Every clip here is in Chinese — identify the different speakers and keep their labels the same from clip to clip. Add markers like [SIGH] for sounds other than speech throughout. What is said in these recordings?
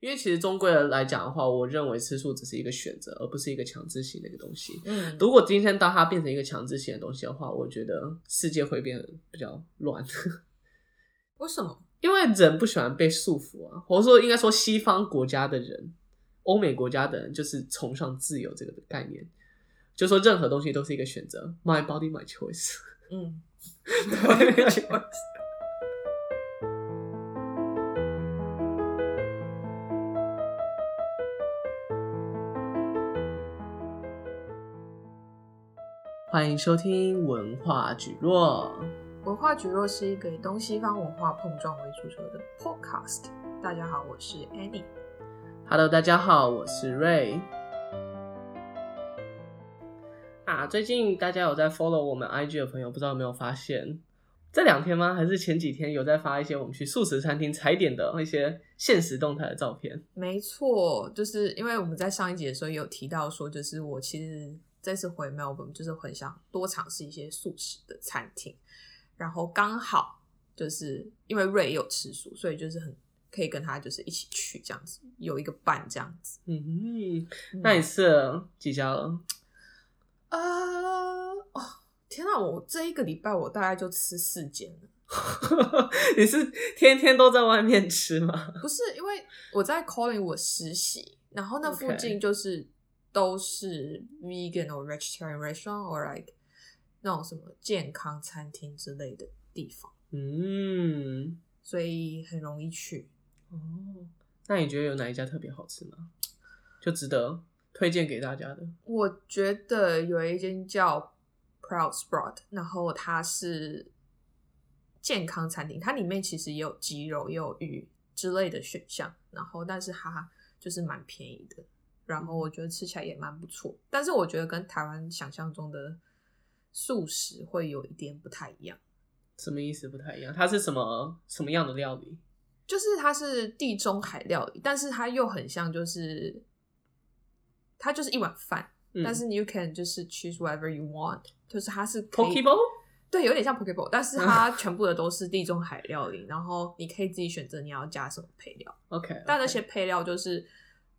Speaker 1: 因为其实终归的来讲的话，我认为吃素只是一个选择，而不是一个强制性的一个东西。
Speaker 2: 嗯，
Speaker 1: 如果今天当它变成一个强制性的东西的话，我觉得世界会变得比较乱， [LAUGHS]
Speaker 2: 为什么？
Speaker 1: 因为人不喜欢被束缚啊，或者说应该说西方国家的人、欧美国家的人就是崇尚自由这个概念，就说任何东西都是一个选择，my body my choice。 [LAUGHS]
Speaker 2: 嗯，
Speaker 1: 欢迎收听文化举落，
Speaker 2: 文化局若是一个以东西方文化碰撞为主轴的 podcast。大家好，我是 Annie。
Speaker 1: Hello，大家好，我是瑞。啊，最近大家有在 follow 我们 IG 的朋友，不知道有没有发现，这两天吗？还是前几天有在发一些我们去素食餐厅踩点的一些现实动态的照片？
Speaker 2: 没错，就是因为我们在上一集的时候有提到说，就是我其实这次回 Melbourne 就是很想多尝试一些素食的餐厅，然后刚好就是因为瑞也有吃素，所以就是很可以跟他就是一起去这样子，有一个伴这样子。
Speaker 1: 嗯，那你
Speaker 2: 嗯
Speaker 1: 吃了几家了？ [LAUGHS]
Speaker 2: 呃，哦，天哪！我这一个礼拜我大概就吃四间了，
Speaker 1: 你是天天都在外面吃吗？
Speaker 2: 不是因为我在 Calling 我实习，然后那
Speaker 1: OK
Speaker 2: 附近就是都是 vegan or vegetarian restaurant or like 那种什么健康餐厅之类的地方，
Speaker 1: 嗯，
Speaker 2: 所以很容易去。
Speaker 1: 哦，那你觉得有哪一家特别好吃吗？就值得推荐给大家的？
Speaker 2: 我觉得有一间叫 Proud Spot，然后它是健康餐厅，它里面其实也有鸡肉、也有鱼之类的选项，然后但是它就是蛮便宜的，然后我觉得吃起来也蛮不错，但是我觉得跟台湾想象中的素食会有一点不太一样，
Speaker 1: 什么意思不太一样？它是什么什么样的料理？
Speaker 2: 就是它是地中海料理，但是它又很像就是它就是一碗饭，
Speaker 1: 嗯、
Speaker 2: 但是 you can 就是 choose whatever you want，就是它是可以
Speaker 1: Pokeball
Speaker 2: 对，有点像 Pokeball，但是它全部的都是地中海料理，然后你可以自己选择你要加什么配料。
Speaker 1: OK，
Speaker 2: 但那些配料就是，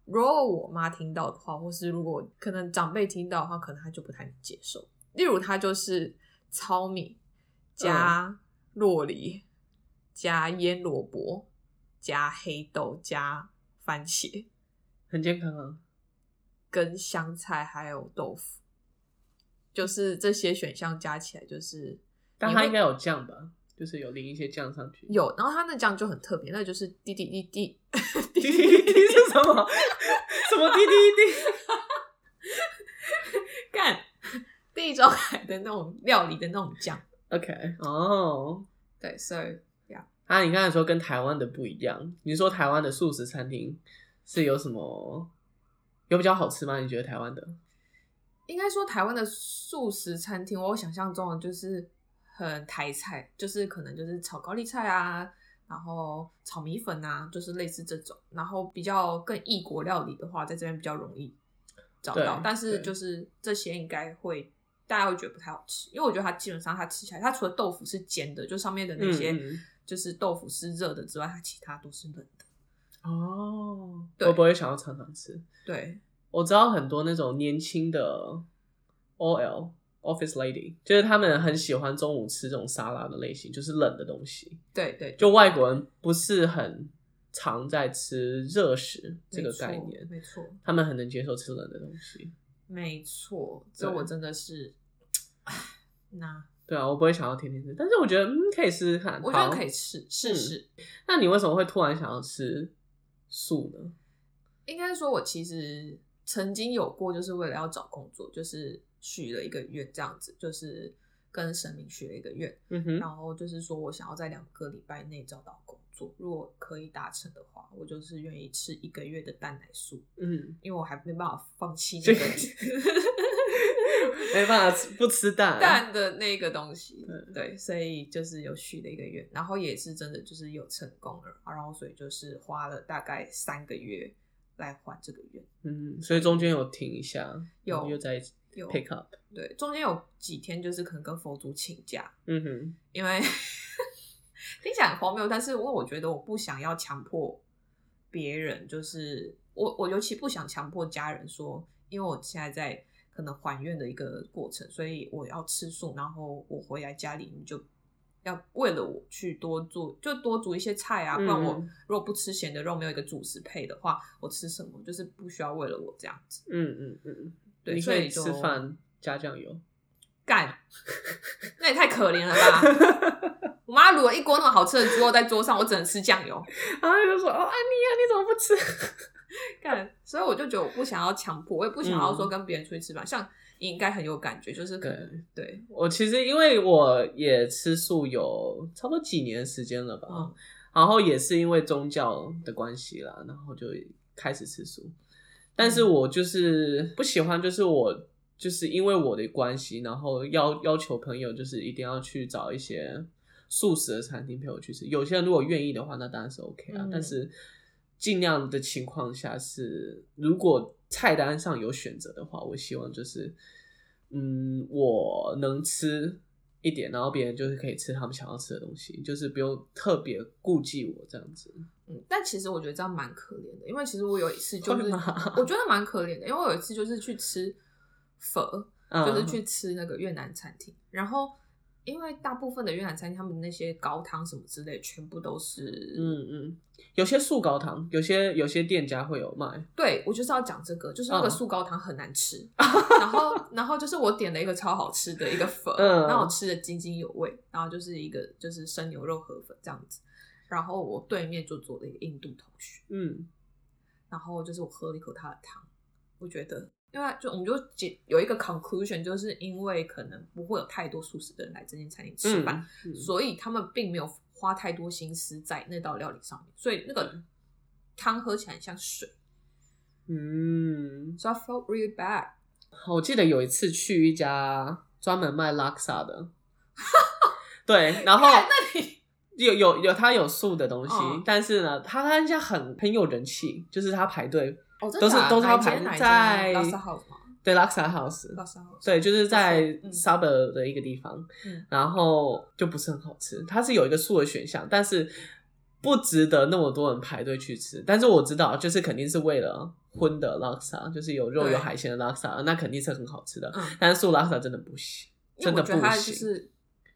Speaker 2: 如果我妈听到的话，或是如果可能长辈听到的话，可能她就不太能接受。例如，它就是糙米加洛梨、加腌萝卜加黑豆加番茄
Speaker 1: 很健康啊。
Speaker 2: 跟香菜还有豆腐，就是这些选项加起来就是
Speaker 1: 但
Speaker 2: 你
Speaker 1: 它
Speaker 2: 会
Speaker 1: 应该有酱吧？就是有淋一些酱上去。
Speaker 2: 有，然后它那酱就很特别，那就是滴滴
Speaker 1: [LAUGHS]
Speaker 2: 滴滴
Speaker 1: 滴滴滴滴 [LAUGHS] 是什么？什么滴滴
Speaker 2: 干 [LAUGHS] 地中海的那种料理的那种
Speaker 1: [LAUGHS]
Speaker 2: 酱。
Speaker 1: 滴？OK，哦，
Speaker 2: 对，所以
Speaker 1: 啊，你刚才说跟台湾的不一样，你说台湾的素食餐厅是有什么有比较好吃吗？你觉得台湾的？
Speaker 2: 应该说台湾的素食餐厅，我想象中的就是很台菜，就是可能就是炒高丽菜啊，然后炒米粉啊，就是类似这种。然后比较更异国料理的话，在这边比较容易找到
Speaker 1: 对，
Speaker 2: 但是
Speaker 1: 对
Speaker 2: 就是这些应该会。大家会觉得不太好吃，因为我觉得它基本上它吃起来，它除了豆腐是煎的，就上面的那些
Speaker 1: 嗯嗯
Speaker 2: 就是豆腐是热的之外，它其他都是冷的。
Speaker 1: 哦，
Speaker 2: 对
Speaker 1: 我不会想要常常吃。
Speaker 2: 对，
Speaker 1: 我知道很多那种年轻的 OL office lady，就是他们很喜欢中午吃这种沙拉的类型，就是冷的东西。
Speaker 2: 对对，
Speaker 1: 就外国人不是很常在吃热食这个概念，
Speaker 2: 没错，
Speaker 1: 他们很能接受吃冷的东西。
Speaker 2: 没错，这
Speaker 1: 对
Speaker 2: 我真的是，唉那
Speaker 1: 对啊，我不会想要天天吃，但是我觉得嗯可以试试看。
Speaker 2: 我觉
Speaker 1: 好嗯
Speaker 2: 得可以试试试。
Speaker 1: 那你为什么会突然想要吃素呢？
Speaker 2: 应该说，我其实曾经有过，就是为了要找工作，就是许了一个愿，这样子，就是跟神明许了一个愿，
Speaker 1: 嗯哼，
Speaker 2: 然后就是说我想要在两个礼拜内找到工作，如果可以达成的话，我就是愿意吃一个月的蛋奶素，
Speaker 1: 嗯，
Speaker 2: 因为我还没办法放弃这个 [LAUGHS]
Speaker 1: 没办法，不吃蛋。
Speaker 2: 蛋的那个东西，
Speaker 1: 对
Speaker 2: 对，所以就是有许了一个愿，然后也是真的就是有成功了，然后所以就是花了大概三个月来还这个愿，
Speaker 1: 嗯，所以中间有停一下，
Speaker 2: 有
Speaker 1: 然后又在
Speaker 2: 有
Speaker 1: pick up。
Speaker 2: 对，中间有几天就是可能跟佛祖请假，
Speaker 1: 嗯哼，
Speaker 2: [LAUGHS] 因为听起来很荒谬，但是因为我觉得我不想要强迫别人，就是我我尤其不想强迫家人说，因为我现在在可能还愿的一个过程，所以我要吃素，然后我回来家里你就要为了我去多做，就多煮一些菜啊，不然我
Speaker 1: 嗯
Speaker 2: 如果不吃咸的肉，没有一个主食配的话，我吃什么就是不需要为了我这样子。
Speaker 1: 嗯嗯嗯，
Speaker 2: 对，
Speaker 1: 你
Speaker 2: 所
Speaker 1: 可以
Speaker 2: 就
Speaker 1: 吃饭加酱油，
Speaker 2: 干， [LAUGHS] 那也太可怜了吧！我妈卤了一锅那么好吃的猪肉在桌上，我只能吃酱油。
Speaker 1: 然后他就说：“哦，安妮啊，你怎么不吃 [LAUGHS]
Speaker 2: 干，所以我就觉得我不想要强迫，我也不想要说跟别人出去吃饭。像你应该很有感觉，就是？”可
Speaker 1: 对
Speaker 2: 能，对，
Speaker 1: 我其实因为我也吃素有差不多几年的时间了吧，
Speaker 2: 嗯，
Speaker 1: 然后也是因为宗教的关系啦，然后就开始吃素。但是我就是不喜欢，就是我就是因为我的关系，然后要要求朋友就是一定要去找一些素食的餐厅陪我去吃。有些人如果愿意的话，那当然是 OK 啊。
Speaker 2: 嗯
Speaker 1: 但是尽量的情况下是，如果菜单上有选择的话，我希望就是，嗯，我能吃一点，然后别人就是可以吃他们想要吃的东西，就是不用特别顾忌我这样子。
Speaker 2: 嗯，但其实我觉得这样蛮可怜的，因为其实我有一次就是，
Speaker 1: 会吗
Speaker 2: 我觉得蛮可怜的，因为我有一次就是去吃粉，
Speaker 1: 啊嗯
Speaker 2: 就是去吃那个越南餐厅，然后因为大部分的越南餐厅，他们那些高汤什么之类，全部都是
Speaker 1: 嗯嗯，有些素高汤，有些有些店家会有卖。
Speaker 2: 对，我就是要讲这个，就是那个
Speaker 1: 嗯
Speaker 2: 素高汤很难吃，然后然后就是我点了一个超好吃的一个
Speaker 1: [LAUGHS]
Speaker 2: 粉，
Speaker 1: 嗯
Speaker 2: 让我吃的津津有味，然后就是一个就是生牛肉河粉这样子，然后我对面就坐了一个印度同学，
Speaker 1: 嗯
Speaker 2: 然后就是我喝了一口他的汤，我觉得。因为就我们就解有一个 conclusion，就是因为可能不会有太多素食的人来这间餐厅吃饭，
Speaker 1: 嗯
Speaker 2: 所以他们并没有花太多心思在那道料理上面，所以那个汤喝起来很像水
Speaker 1: 嗯，
Speaker 2: ，so I felt really bad。
Speaker 1: 我记得有一次去一家专门卖 laksa 的， [LAUGHS] 对，然后有有有他有素的东西，
Speaker 2: 嗯
Speaker 1: 但是呢，他他家很很有人气，就是他排队
Speaker 2: 哦，真
Speaker 1: 都
Speaker 2: 的
Speaker 1: 是
Speaker 2: 假的
Speaker 1: 都是他
Speaker 2: 哪一间
Speaker 1: 排
Speaker 2: 哪一
Speaker 1: 在
Speaker 2: 间啊 Laksa House 吗
Speaker 1: 对 laksa house，
Speaker 2: ？Laksa House，
Speaker 1: 对，就是在
Speaker 2: 嗯
Speaker 1: suburb 的一个地方，
Speaker 2: 嗯
Speaker 1: 然后就不是很好吃。它是有一个素的选项，但是不值得那么多人排队去吃。但是我知道，就是肯定是为了荤的 laksa，就是有肉
Speaker 2: 对
Speaker 1: 有海鲜的 laksa，那肯定是很好吃的。
Speaker 2: 嗯，
Speaker 1: 但是素 laksa 真的不行，
Speaker 2: 因为
Speaker 1: 真
Speaker 2: 我
Speaker 1: 的
Speaker 2: 觉得
Speaker 1: 不
Speaker 2: 他就
Speaker 1: 行。
Speaker 2: 是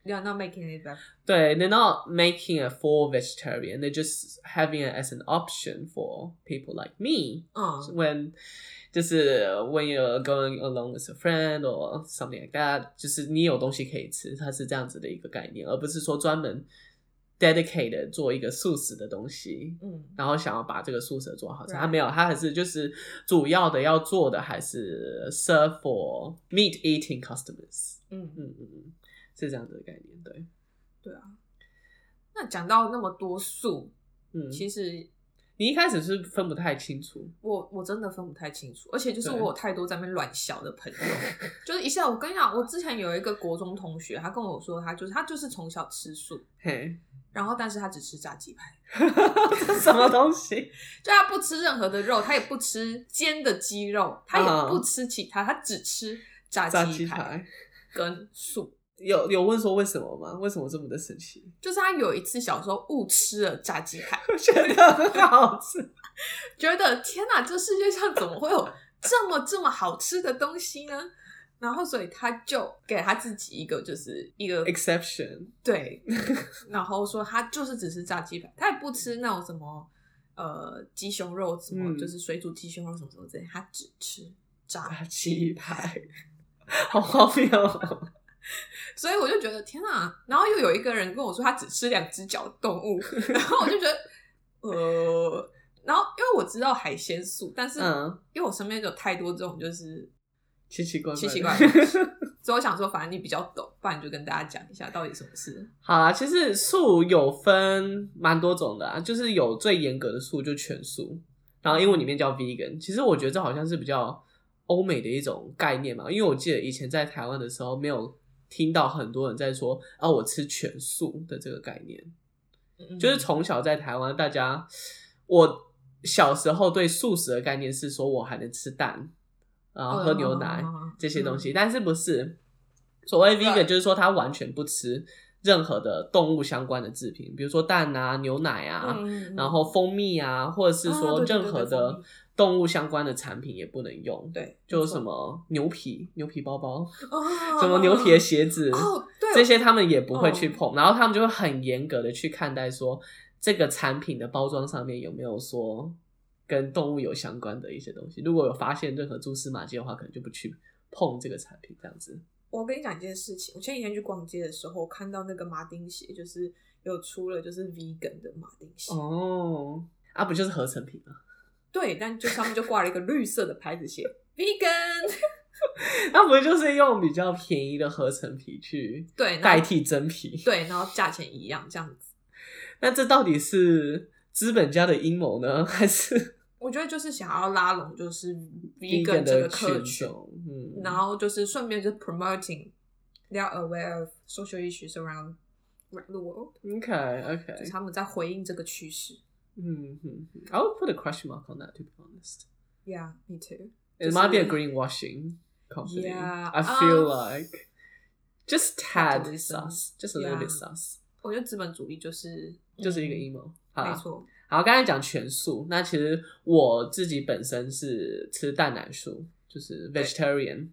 Speaker 2: They're not making it better。
Speaker 1: 对，they're not making a full vegetarian. They're just having it as an option for people like me.
Speaker 2: 嗯
Speaker 1: when 就是 when you're going along with a friend or something like that，就是你有东西可以吃，它是这样子的一个概念，而不是说专门 dedicated 做一个素食的东西，
Speaker 2: 嗯，
Speaker 1: 然后想要把这个素食做好吃。
Speaker 2: Right.
Speaker 1: 它没有，它还是就是主要的要做的还是 serve for meat eating customers。
Speaker 2: 嗯，
Speaker 1: 嗯嗯嗯，是这样子的概念，对，
Speaker 2: 对啊。那讲到那么多素，
Speaker 1: 嗯，
Speaker 2: 其实
Speaker 1: 你一开始是分不太清楚，
Speaker 2: 我我真的分不太清楚，而且就是
Speaker 1: 对
Speaker 2: 我有太多在那边乱笑的
Speaker 1: [LAUGHS]
Speaker 2: 朋友，就是一下我跟你讲，我之前有一个国中同学，他跟我说他就是他就是从小吃素，
Speaker 1: 嘿， [LAUGHS]
Speaker 2: 然后但是他只吃炸鸡排。
Speaker 1: 什么东西？
Speaker 2: 就他不吃任何的肉，他也不吃煎的鸡肉，他也不吃其他，他只吃炸
Speaker 1: 嗯炸
Speaker 2: 鸡
Speaker 1: 鸡
Speaker 2: 排
Speaker 1: 排。
Speaker 2: 跟素。
Speaker 1: 有有问说为什么吗？为什么这么的神奇？ [LAUGHS]
Speaker 2: 就是他有一次小时候误吃了炸鸡排，
Speaker 1: 我觉得很好吃。
Speaker 2: 觉得天哪，这世界上怎么会有这么这么好吃的东西呢？然后所以他就给他自己一个就是一个
Speaker 1: Exception，
Speaker 2: 对，然后说他就是只吃炸鸡排，他也不吃那种什么呃鸡胸肉什么，
Speaker 1: 嗯
Speaker 2: 就是水煮鸡胸肉什么什么之类，他只吃炸
Speaker 1: 炸鸡排，好荒谬、哦。
Speaker 2: 所以我就觉得天啊！然后又有一个人跟我说他只吃两只脚动
Speaker 1: [LAUGHS]
Speaker 2: 物，然后我就觉得呃，然后因为我知道海鲜素，但 [LAUGHS] 是
Speaker 1: 嗯，
Speaker 2: 因为我身边有太多这种就是
Speaker 1: 奇奇怪怪，
Speaker 2: 奇奇怪怪的事， [LAUGHS] 所以我想说，反正你比较懂，不然你就跟大家讲一下到底什么事。
Speaker 1: 好啦，其实素有分蛮多种的啊，就是有最严格的素就全素，然后英文里面叫 vegan。其实我觉得这好像是比较欧美的一种概念嘛，因为我记得以前在台湾的时候没有。听到很多人在说啊，我吃全素的这个概念，
Speaker 2: 嗯
Speaker 1: 就是从小在台湾，大家我小时候对素食的概念是说我还能吃蛋，然后喝牛奶、
Speaker 2: 嗯
Speaker 1: 这些东西，但是不是所谓 vegan 就是说他完全不吃任何的动物相关的制品，比如说蛋啊、牛奶啊，
Speaker 2: 嗯
Speaker 1: 然后蜂蜜啊，或者是
Speaker 2: 啊
Speaker 1: 说
Speaker 2: 对对
Speaker 1: 任
Speaker 2: 对
Speaker 1: 何
Speaker 2: 对蜂
Speaker 1: 的
Speaker 2: 蜜
Speaker 1: 动物相关的产品也不能用。
Speaker 2: 对，
Speaker 1: 就
Speaker 2: 没
Speaker 1: 是
Speaker 2: 错
Speaker 1: 什么牛皮、牛皮包包、
Speaker 2: 哦
Speaker 1: 什么牛皮的鞋子，
Speaker 2: 哦，对，
Speaker 1: 这些他们也不会去
Speaker 2: 嗯
Speaker 1: 碰，然后他们就会很严格的去看待说这个产品的包装上面有没有说跟动物有相关的一些东西。如果有发现任何蛛丝马迹的话，可能就不去碰这个产品这样子。
Speaker 2: 我跟你讲一件事情，我前几天去逛街的时候，看到那个马丁鞋，就是有出了就是 vegan 的马丁鞋，
Speaker 1: 哦，啊，不就是合成品吗？ [LAUGHS]
Speaker 2: 对，但就上面就挂了一个绿色的牌子写 vegan，
Speaker 1: 那不就是用比较便宜的合成皮去
Speaker 2: 对，然后
Speaker 1: 代替真皮？
Speaker 2: 对，然后价钱一样这样子。
Speaker 1: 那这到底是资本家的阴谋呢，还是
Speaker 2: 我觉得就是想要拉拢就是
Speaker 1: vegan
Speaker 2: vegan 这
Speaker 1: 的
Speaker 2: 个客
Speaker 1: 群
Speaker 2: 群，
Speaker 1: 众？嗯，
Speaker 2: 然后就是顺便就是 promoting they are aware of social issues around around the world，
Speaker 1: OK OK，
Speaker 2: 就是他们在回应这个趋势。
Speaker 1: Mm hmm I would put a question mark on that, to be honest.
Speaker 2: Yeah, me too.
Speaker 1: It might be a greenwashing company.
Speaker 2: Yeah,
Speaker 1: I feel
Speaker 2: um,
Speaker 1: like just tad
Speaker 2: totally
Speaker 1: sus, just a little bit
Speaker 2: Yeah. Mm.
Speaker 1: sus，、
Speaker 2: 我觉得资本主义就是
Speaker 1: 就是一个
Speaker 2: 嗯
Speaker 1: emo。好
Speaker 2: 没
Speaker 1: 啦，
Speaker 2: 错，
Speaker 1: 好，刚才讲全素，那其实我自己本身是吃蛋奶素，就是 vegetarian，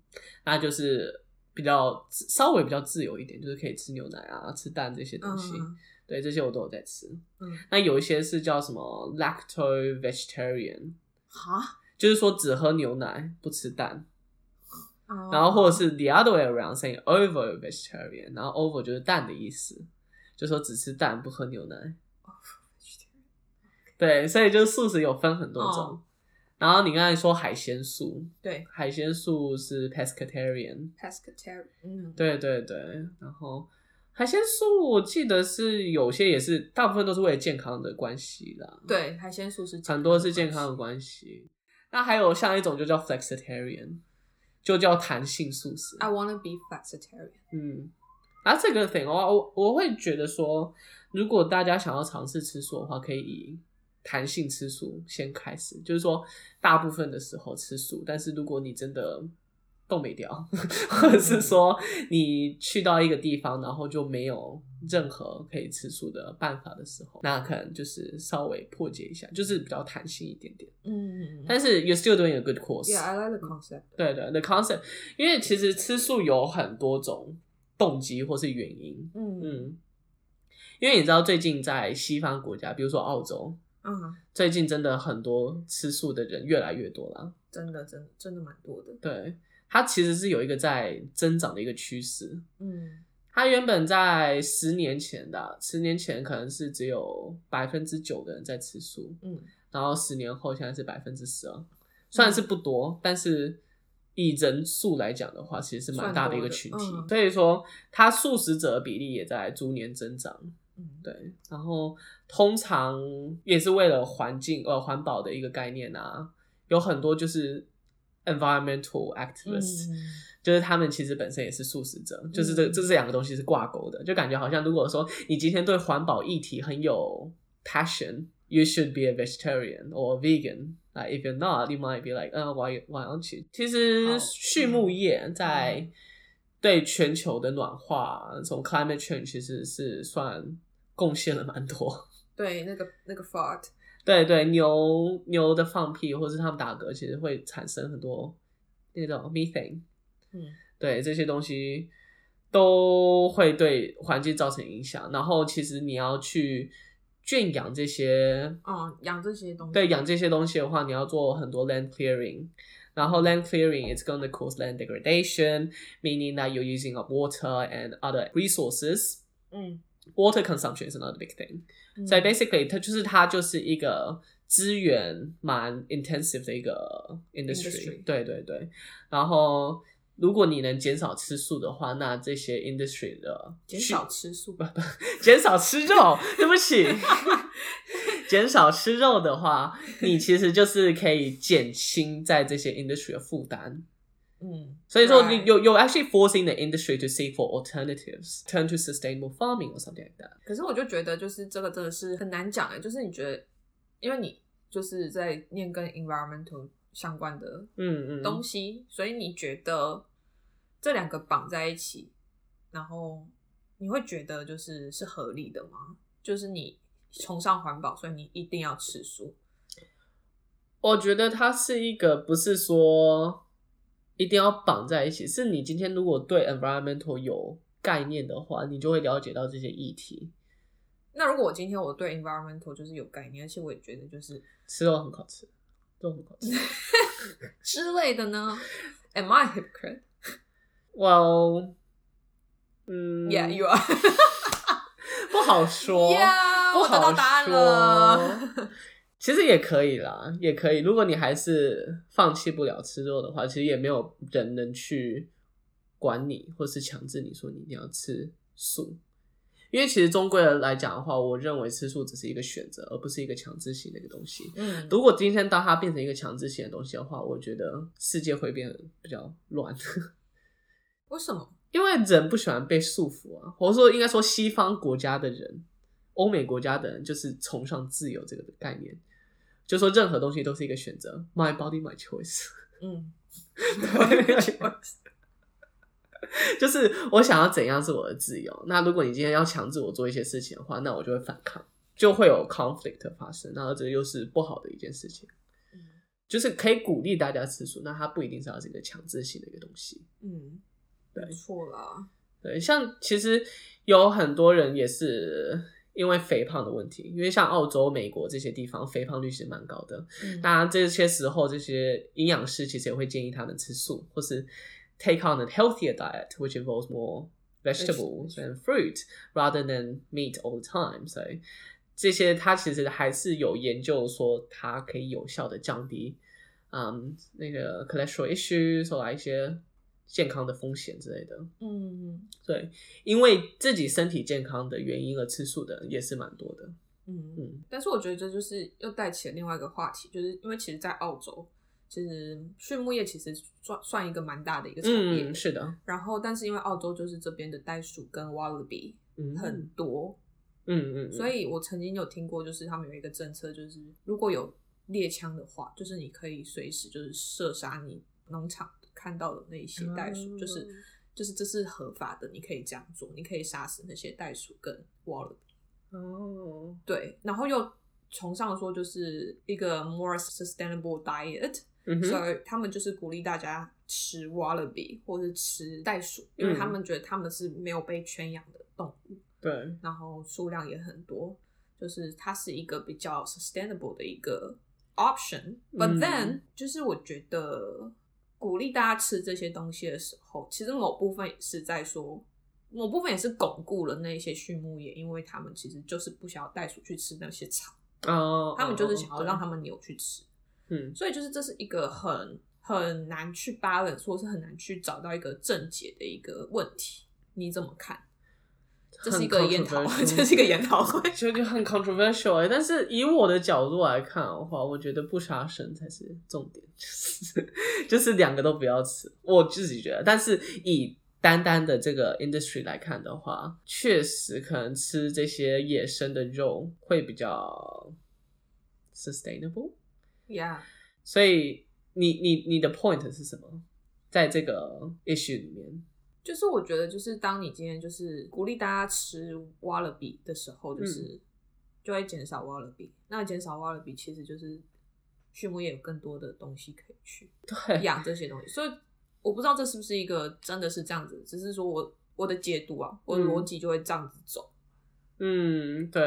Speaker 1: 那就是比较稍微比较自由一点，就是可以吃牛奶啊、吃蛋这些东西。
Speaker 2: 嗯
Speaker 1: 对，这些我都有在吃。
Speaker 2: 嗯，
Speaker 1: 那有一些是叫什么 lacto vegetarian，
Speaker 2: 哈，
Speaker 1: 就是说只喝牛奶不吃蛋，
Speaker 2: 哦
Speaker 1: 然后或者是 the other way around saying over vegetarian，然后 over 就是蛋的意思，就说只吃蛋不喝牛奶。对，所以就是素食有分很多种。
Speaker 2: 哦
Speaker 1: 然后你刚才说海鲜素，
Speaker 2: 对
Speaker 1: 海鲜素是 pescatarian，
Speaker 2: pescatarian，嗯，
Speaker 1: 对对对，然后。海鲜素我记得是有些也是，大部分都是为了健康的关系啦。
Speaker 2: 对，海鲜素食
Speaker 1: 很多是健康的关系。那还有像一种就叫 flexitarian，就叫弹性素食。
Speaker 2: I wanna be flexitarian。
Speaker 1: 嗯，然后这个 thing 的话，我我会觉得说，如果大家想要尝试吃素的话，可以以弹性吃素先开始，就是说大部分的时候吃素，但是如果你真的动没掉， [LAUGHS] 或者是说你去到一个地方，然后就没有任何可以吃素的办法的时候，那可能就是稍微破解一下，就是比较弹性一点点。
Speaker 2: 嗯
Speaker 1: 但是 you're still doing a good course。
Speaker 2: ，Yeah, I like the concept.
Speaker 1: 对对，the concept，因为其实吃素有很多种动机或是原因，
Speaker 2: 嗯
Speaker 1: 嗯，因为你知道最近在西方国家，比如说澳洲，
Speaker 2: 嗯，
Speaker 1: 最近真的很多吃素的人越来越多啦。
Speaker 2: 真的，真的真的蛮多的。
Speaker 1: 对，它其实是有一个在增长的一个趋势。
Speaker 2: 嗯
Speaker 1: 它原本在十年前的啊，十年前可能是只有百分之九的人在吃素，
Speaker 2: 嗯，
Speaker 1: 然后十年后现在是百分之十二，虽然是不多，但是以人数来讲的话，其实是蛮大的一个群体
Speaker 2: 算多。的嗯
Speaker 1: 所以说，它素食者的比例也在逐年增长。
Speaker 2: 嗯，
Speaker 1: 对，然后通常也是为了环境呃环保的一个概念啊，有很多就是 environmental activists，、
Speaker 2: 嗯
Speaker 1: 就是他们其实本身也是素食者，就是这这这两个东西是挂钩的，就感觉好像如果说你今天对环保议题很有 passion，you should be a vegetarian or a vegan。Like if you're not, you might be like, 嗯、why why aren't you？其实
Speaker 2: 哦
Speaker 1: 畜牧业在对全球的暖化，从 climate change 其实是算贡献了蛮多。 [LAUGHS]
Speaker 2: 对，那个那个 fart，
Speaker 1: 对对，牛牛的放屁或是它们打嗝，其实会产生很多那种 methane，
Speaker 2: 嗯
Speaker 1: 对这些东西都会对环境造成影响。然后其实你要去圈养这些，
Speaker 2: 哦，养这些东西，
Speaker 1: 对养这些东西的话，你要做很多 land clearing。然后 land clearing is going to cause land degradation, meaning that you're using up water and other resources.
Speaker 2: 嗯，
Speaker 1: Water consumption is another big thing.
Speaker 2: 嗯，
Speaker 1: 所以 basically 它就是它就是一个资源蛮 intensive 的一个 industry，
Speaker 2: Industry
Speaker 1: 对对对。然后如果你能减少吃素的话，那这些 industry 的
Speaker 2: 减少吃素吧。
Speaker 1: 减少吃肉， [LAUGHS] 对不起，减少吃肉的话，你其实就是可以减轻在这些 industry 的负担。
Speaker 2: 嗯，
Speaker 1: 所以说
Speaker 2: Right.
Speaker 1: 你有有 actually forcing the industry to seek for alternatives, turn to sustainable farming or something like that.
Speaker 2: 可是我就觉得，就是这个真的是很难讲哎、就是你觉得，因为你就是在念跟 environmental 相关的
Speaker 1: 嗯嗯，
Speaker 2: 东西，所以你觉得这两个绑在一起，然后你会觉得就是是合理的吗？就是你崇尚环保，所以你一定要吃素。
Speaker 1: 我觉得它是一个不是说一定要绑在一起，是你今天如果对 environmental 有概念的话，你就会了解到这些议题。
Speaker 2: 那如果我今天我对 environmental 就是有概念，而且我也觉得就是
Speaker 1: 吃肉很好吃，肉很好吃。
Speaker 2: 之类的呢？Am I a hypocrite?
Speaker 1: well，嗯
Speaker 2: Yeah, you are.
Speaker 1: [LAUGHS] 不好说
Speaker 2: [LAUGHS] yeah,
Speaker 1: 不
Speaker 2: 我得到
Speaker 1: 好
Speaker 2: 答案了。
Speaker 1: 说。 [LAUGHS] 其实也可以啦，也可以。如果你还是放弃不了吃肉的话，其实也没有人能去管你，或是强制你说你一定要吃素。因为其实终归的来讲的话，我认为吃素只是一个选择，而不是一个强制性的一个东西。
Speaker 2: 嗯，
Speaker 1: 如果今天当它变成一个强制性的东西的话，我觉得世界会变得比较乱。
Speaker 2: 为什么？
Speaker 1: 因为人不喜欢被束缚啊，或者说应该说西方国家的人、欧美国家的人就是崇尚自由这个概念，就说任何东西都是一个选择，my body my choice，
Speaker 2: 嗯，
Speaker 1: [LAUGHS] 就是我想要怎样是我的自由。那如果你今天要强制我做一些事情的话，那我就会反抗，就会有 conflict 发生，然后这又是不好的一件事情。就是可以鼓励大家吃素，那它不一定是要是一个强制性的一个东西。
Speaker 2: 嗯，
Speaker 1: 对
Speaker 2: 没错啦。
Speaker 1: 对，像其实有很多人也是因为肥胖的问题，因为像澳洲、美国这些地方，肥胖率是蛮高的。
Speaker 2: 嗯
Speaker 1: 那这些时候，这些营养师其实也会建议他们吃素，或是 take on a healthier diet, which involves more vegetables and fruit rather than meat all the time. So 这些它其实还是有研究说，它可以有效的降低，嗯，那个 cholesterol issues 或者一些健康的风险之类的。
Speaker 2: 嗯
Speaker 1: 对，因为自己身体健康的原因而吃素的人也是蛮多的。
Speaker 2: 嗯
Speaker 1: 嗯
Speaker 2: 嗯，但是我觉得这就是又带起了另外一个话题，就是因为其实，在澳洲，其实畜牧业其实算算一个蛮大的一个产业。
Speaker 1: 嗯，是的，
Speaker 2: 然后，但是因为澳洲就是这边的袋鼠跟 wallaby
Speaker 1: 嗯
Speaker 2: 很
Speaker 1: 嗯
Speaker 2: 多，
Speaker 1: 嗯嗯，
Speaker 2: 所以我曾经有听过，就是他们有一个政策，就是如果有猎枪的话，就是你可以随时就是射杀你农场看到的那些袋鼠，就是
Speaker 1: 啊
Speaker 2: 就是这是合法的，你可以这样做，你可以杀死那些袋鼠跟 wallaby。
Speaker 1: 哦，
Speaker 2: 对，然后又崇尚说就是一个 more sustainable diet，、
Speaker 1: 嗯哼，
Speaker 2: 所以他们就是鼓励大家吃 wallaby 或是吃袋鼠，因
Speaker 1: 嗯
Speaker 2: 为他们觉得他们是没有被圈养的动物，
Speaker 1: 对，
Speaker 2: 然后数量也很多，就是它是一个比较 sustainable 的一个 option。But
Speaker 1: 嗯
Speaker 2: then，、就是我觉得鼓励大家吃这些东西的时候，其实某部分也是在说。某部分也是巩固了那些畜牧业，因为他们其实就是不想要袋鼠去吃那些草，
Speaker 1: 哦，
Speaker 2: 他们就是
Speaker 1: 哦
Speaker 2: 想要让他，们牛去吃，
Speaker 1: 对嗯
Speaker 2: 所以就是这是一个很很难去 balance，或是很难去找到一个症结的一个问题，你怎么看？这是一个
Speaker 1: 很
Speaker 2: 研讨，
Speaker 1: controversial
Speaker 2: [LAUGHS] 这是一个研讨会。
Speaker 1: 就就很 controversial 哎、但是以我的角度来看的话，我觉得不杀生才是重点，就是 [LAUGHS] 就是两个都不要吃，我自己觉得。但是以单单的这个 industry 来看的话，确实可能吃这些野生的肉会比较 sustainable。
Speaker 2: Yeah，
Speaker 1: 所以你你你的 point 是什么？在这个 issue 里面，
Speaker 2: 就是我觉得就是当你今天就是鼓励大家吃 wallaby 的时候，
Speaker 1: 嗯
Speaker 2: 就是、就会减少 wallaby。那减少 wallaby 其实就是畜牧业有更多的东西可以去
Speaker 1: 对，
Speaker 2: 养这些东西，所以我不知道这是不是一个真的是这样子，只是说我我的解读啊，我的逻辑就会这样子走，
Speaker 1: 嗯，对，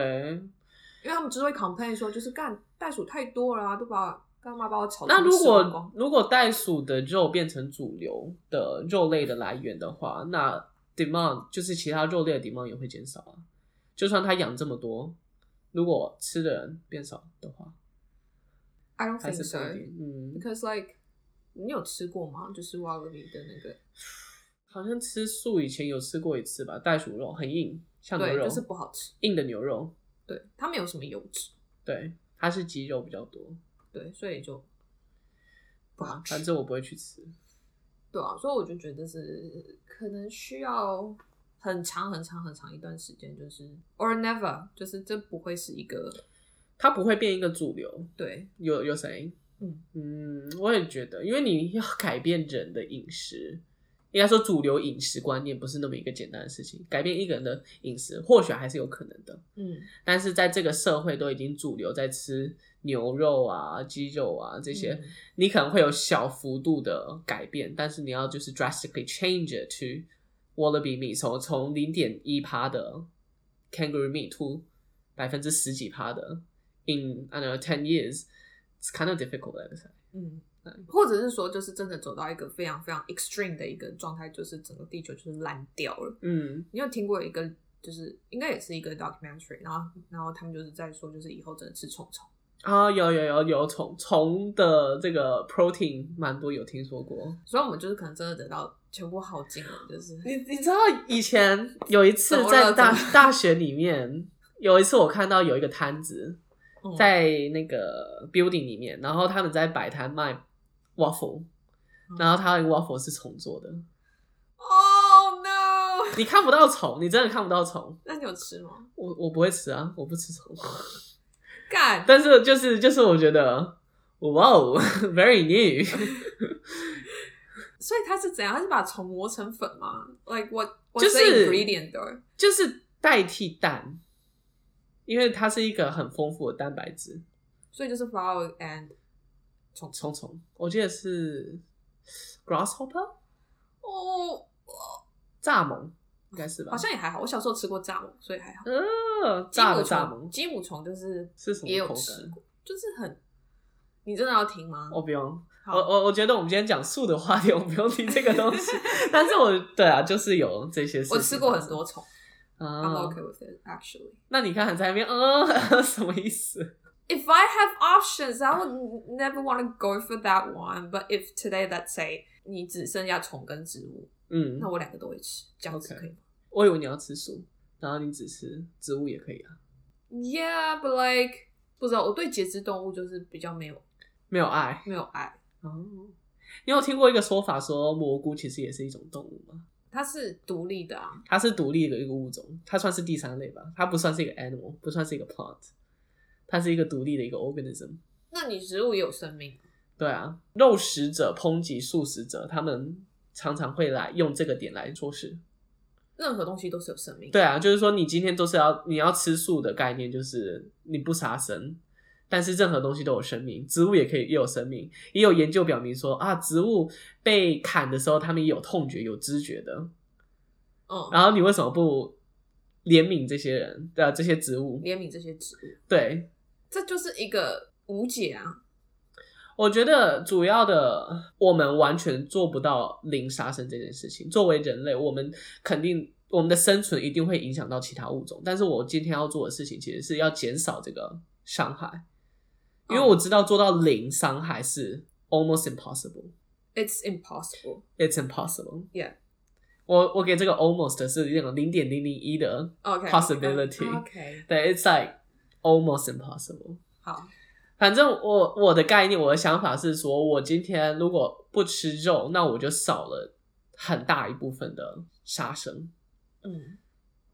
Speaker 2: 因为他们只会 complain 说就是干袋鼠太多了、啊，都把干嘛把我炒
Speaker 1: 那如
Speaker 2: 成吃光光
Speaker 1: 果如果袋鼠的肉变成主流的肉类的来源的话，那 demand 就是其他肉类的 demand 也会减少啊。就算它养这么多，如果吃的人变少的话，
Speaker 2: I don't
Speaker 1: 还
Speaker 2: think
Speaker 1: 是不
Speaker 2: so
Speaker 1: 一定。嗯，
Speaker 2: because like 你有吃过吗？就是 wallaby 的那个，
Speaker 1: 好像吃素以前有吃过一次吧，袋鼠肉很硬，像牛
Speaker 2: 对，
Speaker 1: 肉，
Speaker 2: 就是不好吃，
Speaker 1: 硬的牛肉，
Speaker 2: 对，它没有什么油脂，
Speaker 1: 对，它是鸡肉比较多。
Speaker 2: 对，所以就不好吃
Speaker 1: 反，正我不会去吃。
Speaker 2: 对啊，所以我就觉得是可能需要很长很长很长一段时间，就是 or never，就是这不会是一个
Speaker 1: 它不会变一个主流，
Speaker 2: 对，
Speaker 1: 有有谁？
Speaker 2: 嗯
Speaker 1: 嗯，我也觉得，因为你要改变人的饮食，应该说主流饮食观念不是那么一个简单的事情，改变一个人的饮食或许还是有可能的，
Speaker 2: 嗯，
Speaker 1: 但是在这个社会都已经主流在吃牛肉啊、鸡肉啊这些，
Speaker 2: 嗯
Speaker 1: 你可能会有小幅度的改变，但是你要就是 drastically change it to wallaby meat，从从零点一趴的 kangaroo meat to 百分之十几趴的 in I don't know ten years，it's kind of difficult at the time。
Speaker 2: 嗯，或者是说，就是真的走到一个非常非常 extreme 的一个状态，就是整个地球就是烂掉了。
Speaker 1: 嗯
Speaker 2: 你有听过一个，就是应该也是一个 documentary，然后然后他们就是在说，就是以后真的吃虫虫。
Speaker 1: 啊，有有有有虫虫的这个 protein 蛮多有听说过。
Speaker 2: 所以我们就是可能真的得到全部耗尽了，就是
Speaker 1: 你你知道以前有一次
Speaker 2: 怎么
Speaker 1: 在
Speaker 2: 了
Speaker 1: 大
Speaker 2: 怎么了
Speaker 1: 大学里面，有一次我看到有一个摊子，
Speaker 2: 嗯
Speaker 1: 在那个 building 里面，然后他们在摆摊卖 waffle，然
Speaker 2: 嗯
Speaker 1: 后他的 waffle 是虫做的，
Speaker 2: Oh no！
Speaker 1: 你看不到虫，你真的看不到虫。
Speaker 2: 那你有吃吗？
Speaker 1: 我我不会吃啊，我不吃虫，
Speaker 2: 干，
Speaker 1: 但是就是就是我觉得，哇哦，very new， [LAUGHS]
Speaker 2: 所以它是怎样？它是把虫磨成粉吗？Like what？
Speaker 1: 就
Speaker 2: what's the
Speaker 1: 是
Speaker 2: ingredient there？
Speaker 1: 就是代替蛋，因为它是一个很丰富的蛋白质。
Speaker 2: 所以就是 flour and 虫
Speaker 1: 虫
Speaker 2: 虫。
Speaker 1: 虫，我记得是 grasshopper
Speaker 2: 哦，
Speaker 1: 蚱蜢，应该是吧？
Speaker 2: 好像也还好。我小时候吃过蚱蜢，所以还好。
Speaker 1: 呃，
Speaker 2: 鸡母
Speaker 1: 蚱的蚱
Speaker 2: 虫，
Speaker 1: 蜢
Speaker 2: 鸡母虫就是
Speaker 1: 是什
Speaker 2: 也
Speaker 1: 么
Speaker 2: 有
Speaker 1: 口
Speaker 2: 吃
Speaker 1: 感？哦
Speaker 2: 过，就是很。你真的要听吗？
Speaker 1: 我不用，我
Speaker 2: 好
Speaker 1: 我我觉得我们今天讲素的话题，我们不用提这个
Speaker 2: [LAUGHS]
Speaker 1: 东西。但是我对啊，就是有这些事情
Speaker 2: 我吃过很多虫，I'm
Speaker 1: 啊。
Speaker 2: okay with it actually.
Speaker 1: 那你看在那边，嗯， [LAUGHS] 什么意思？
Speaker 2: if I have options, I would never want to go for that one. But if today, let's say 你只剩下虫跟植物，
Speaker 1: 嗯
Speaker 2: 那，我两个都会吃，这样子可以吗
Speaker 1: 我以为你要吃素，然后你只吃植物也可以啊，
Speaker 2: Yeah, but like 不知道，我对节肢动物就是比较没有
Speaker 1: 没有爱。
Speaker 2: 没有爱。
Speaker 1: 哦，你有听过一个说法说蘑菇其实也是一种动物吗？
Speaker 2: 它是独立的啊，
Speaker 1: 它是独立的一个物种，它算是第三类吧，它不算是一个 animal，不算是一个 plant，它是一个独立的一个 organism。
Speaker 2: 那你植物也有生命，
Speaker 1: 对啊，肉食者、抨击素食者，他们常常会来用这个点来说事。
Speaker 2: 任何东西都是有生命。
Speaker 1: 对，啊，就是说你今天都是要你要吃素的概念，就是你不杀生，但是任何东西都有生命，植物也可以也有生命，也有研究表明说啊，植物被砍的时候，它们也有痛觉、有知觉的。
Speaker 2: 嗯，
Speaker 1: 然后你为什么不怜悯这些人的、呃这些植物？
Speaker 2: 怜悯这些植物，
Speaker 1: 对，
Speaker 2: 这就是一个无解啊。
Speaker 1: 我觉得主要的，我们完全做不到零杀生这件事情。作为人类，我们肯定我们的生存一定会影响到其他物种，但是我今天要做的事情其实是要减少这个伤害，因为我知道做到零伤害是 almost impossible。
Speaker 2: It's impossible.
Speaker 1: It's impossible.
Speaker 2: Yeah.
Speaker 1: 我我给这个 almost 是那种零点零零一的 [LAUGHS]
Speaker 2: OK.
Speaker 1: possibility。
Speaker 2: OK.
Speaker 1: 对，it's like almost impossible.
Speaker 2: 好。
Speaker 1: 反正我我的概念，我的想法是说，我今天如果不吃肉，那我就少了很大一部分的杀生，
Speaker 2: 嗯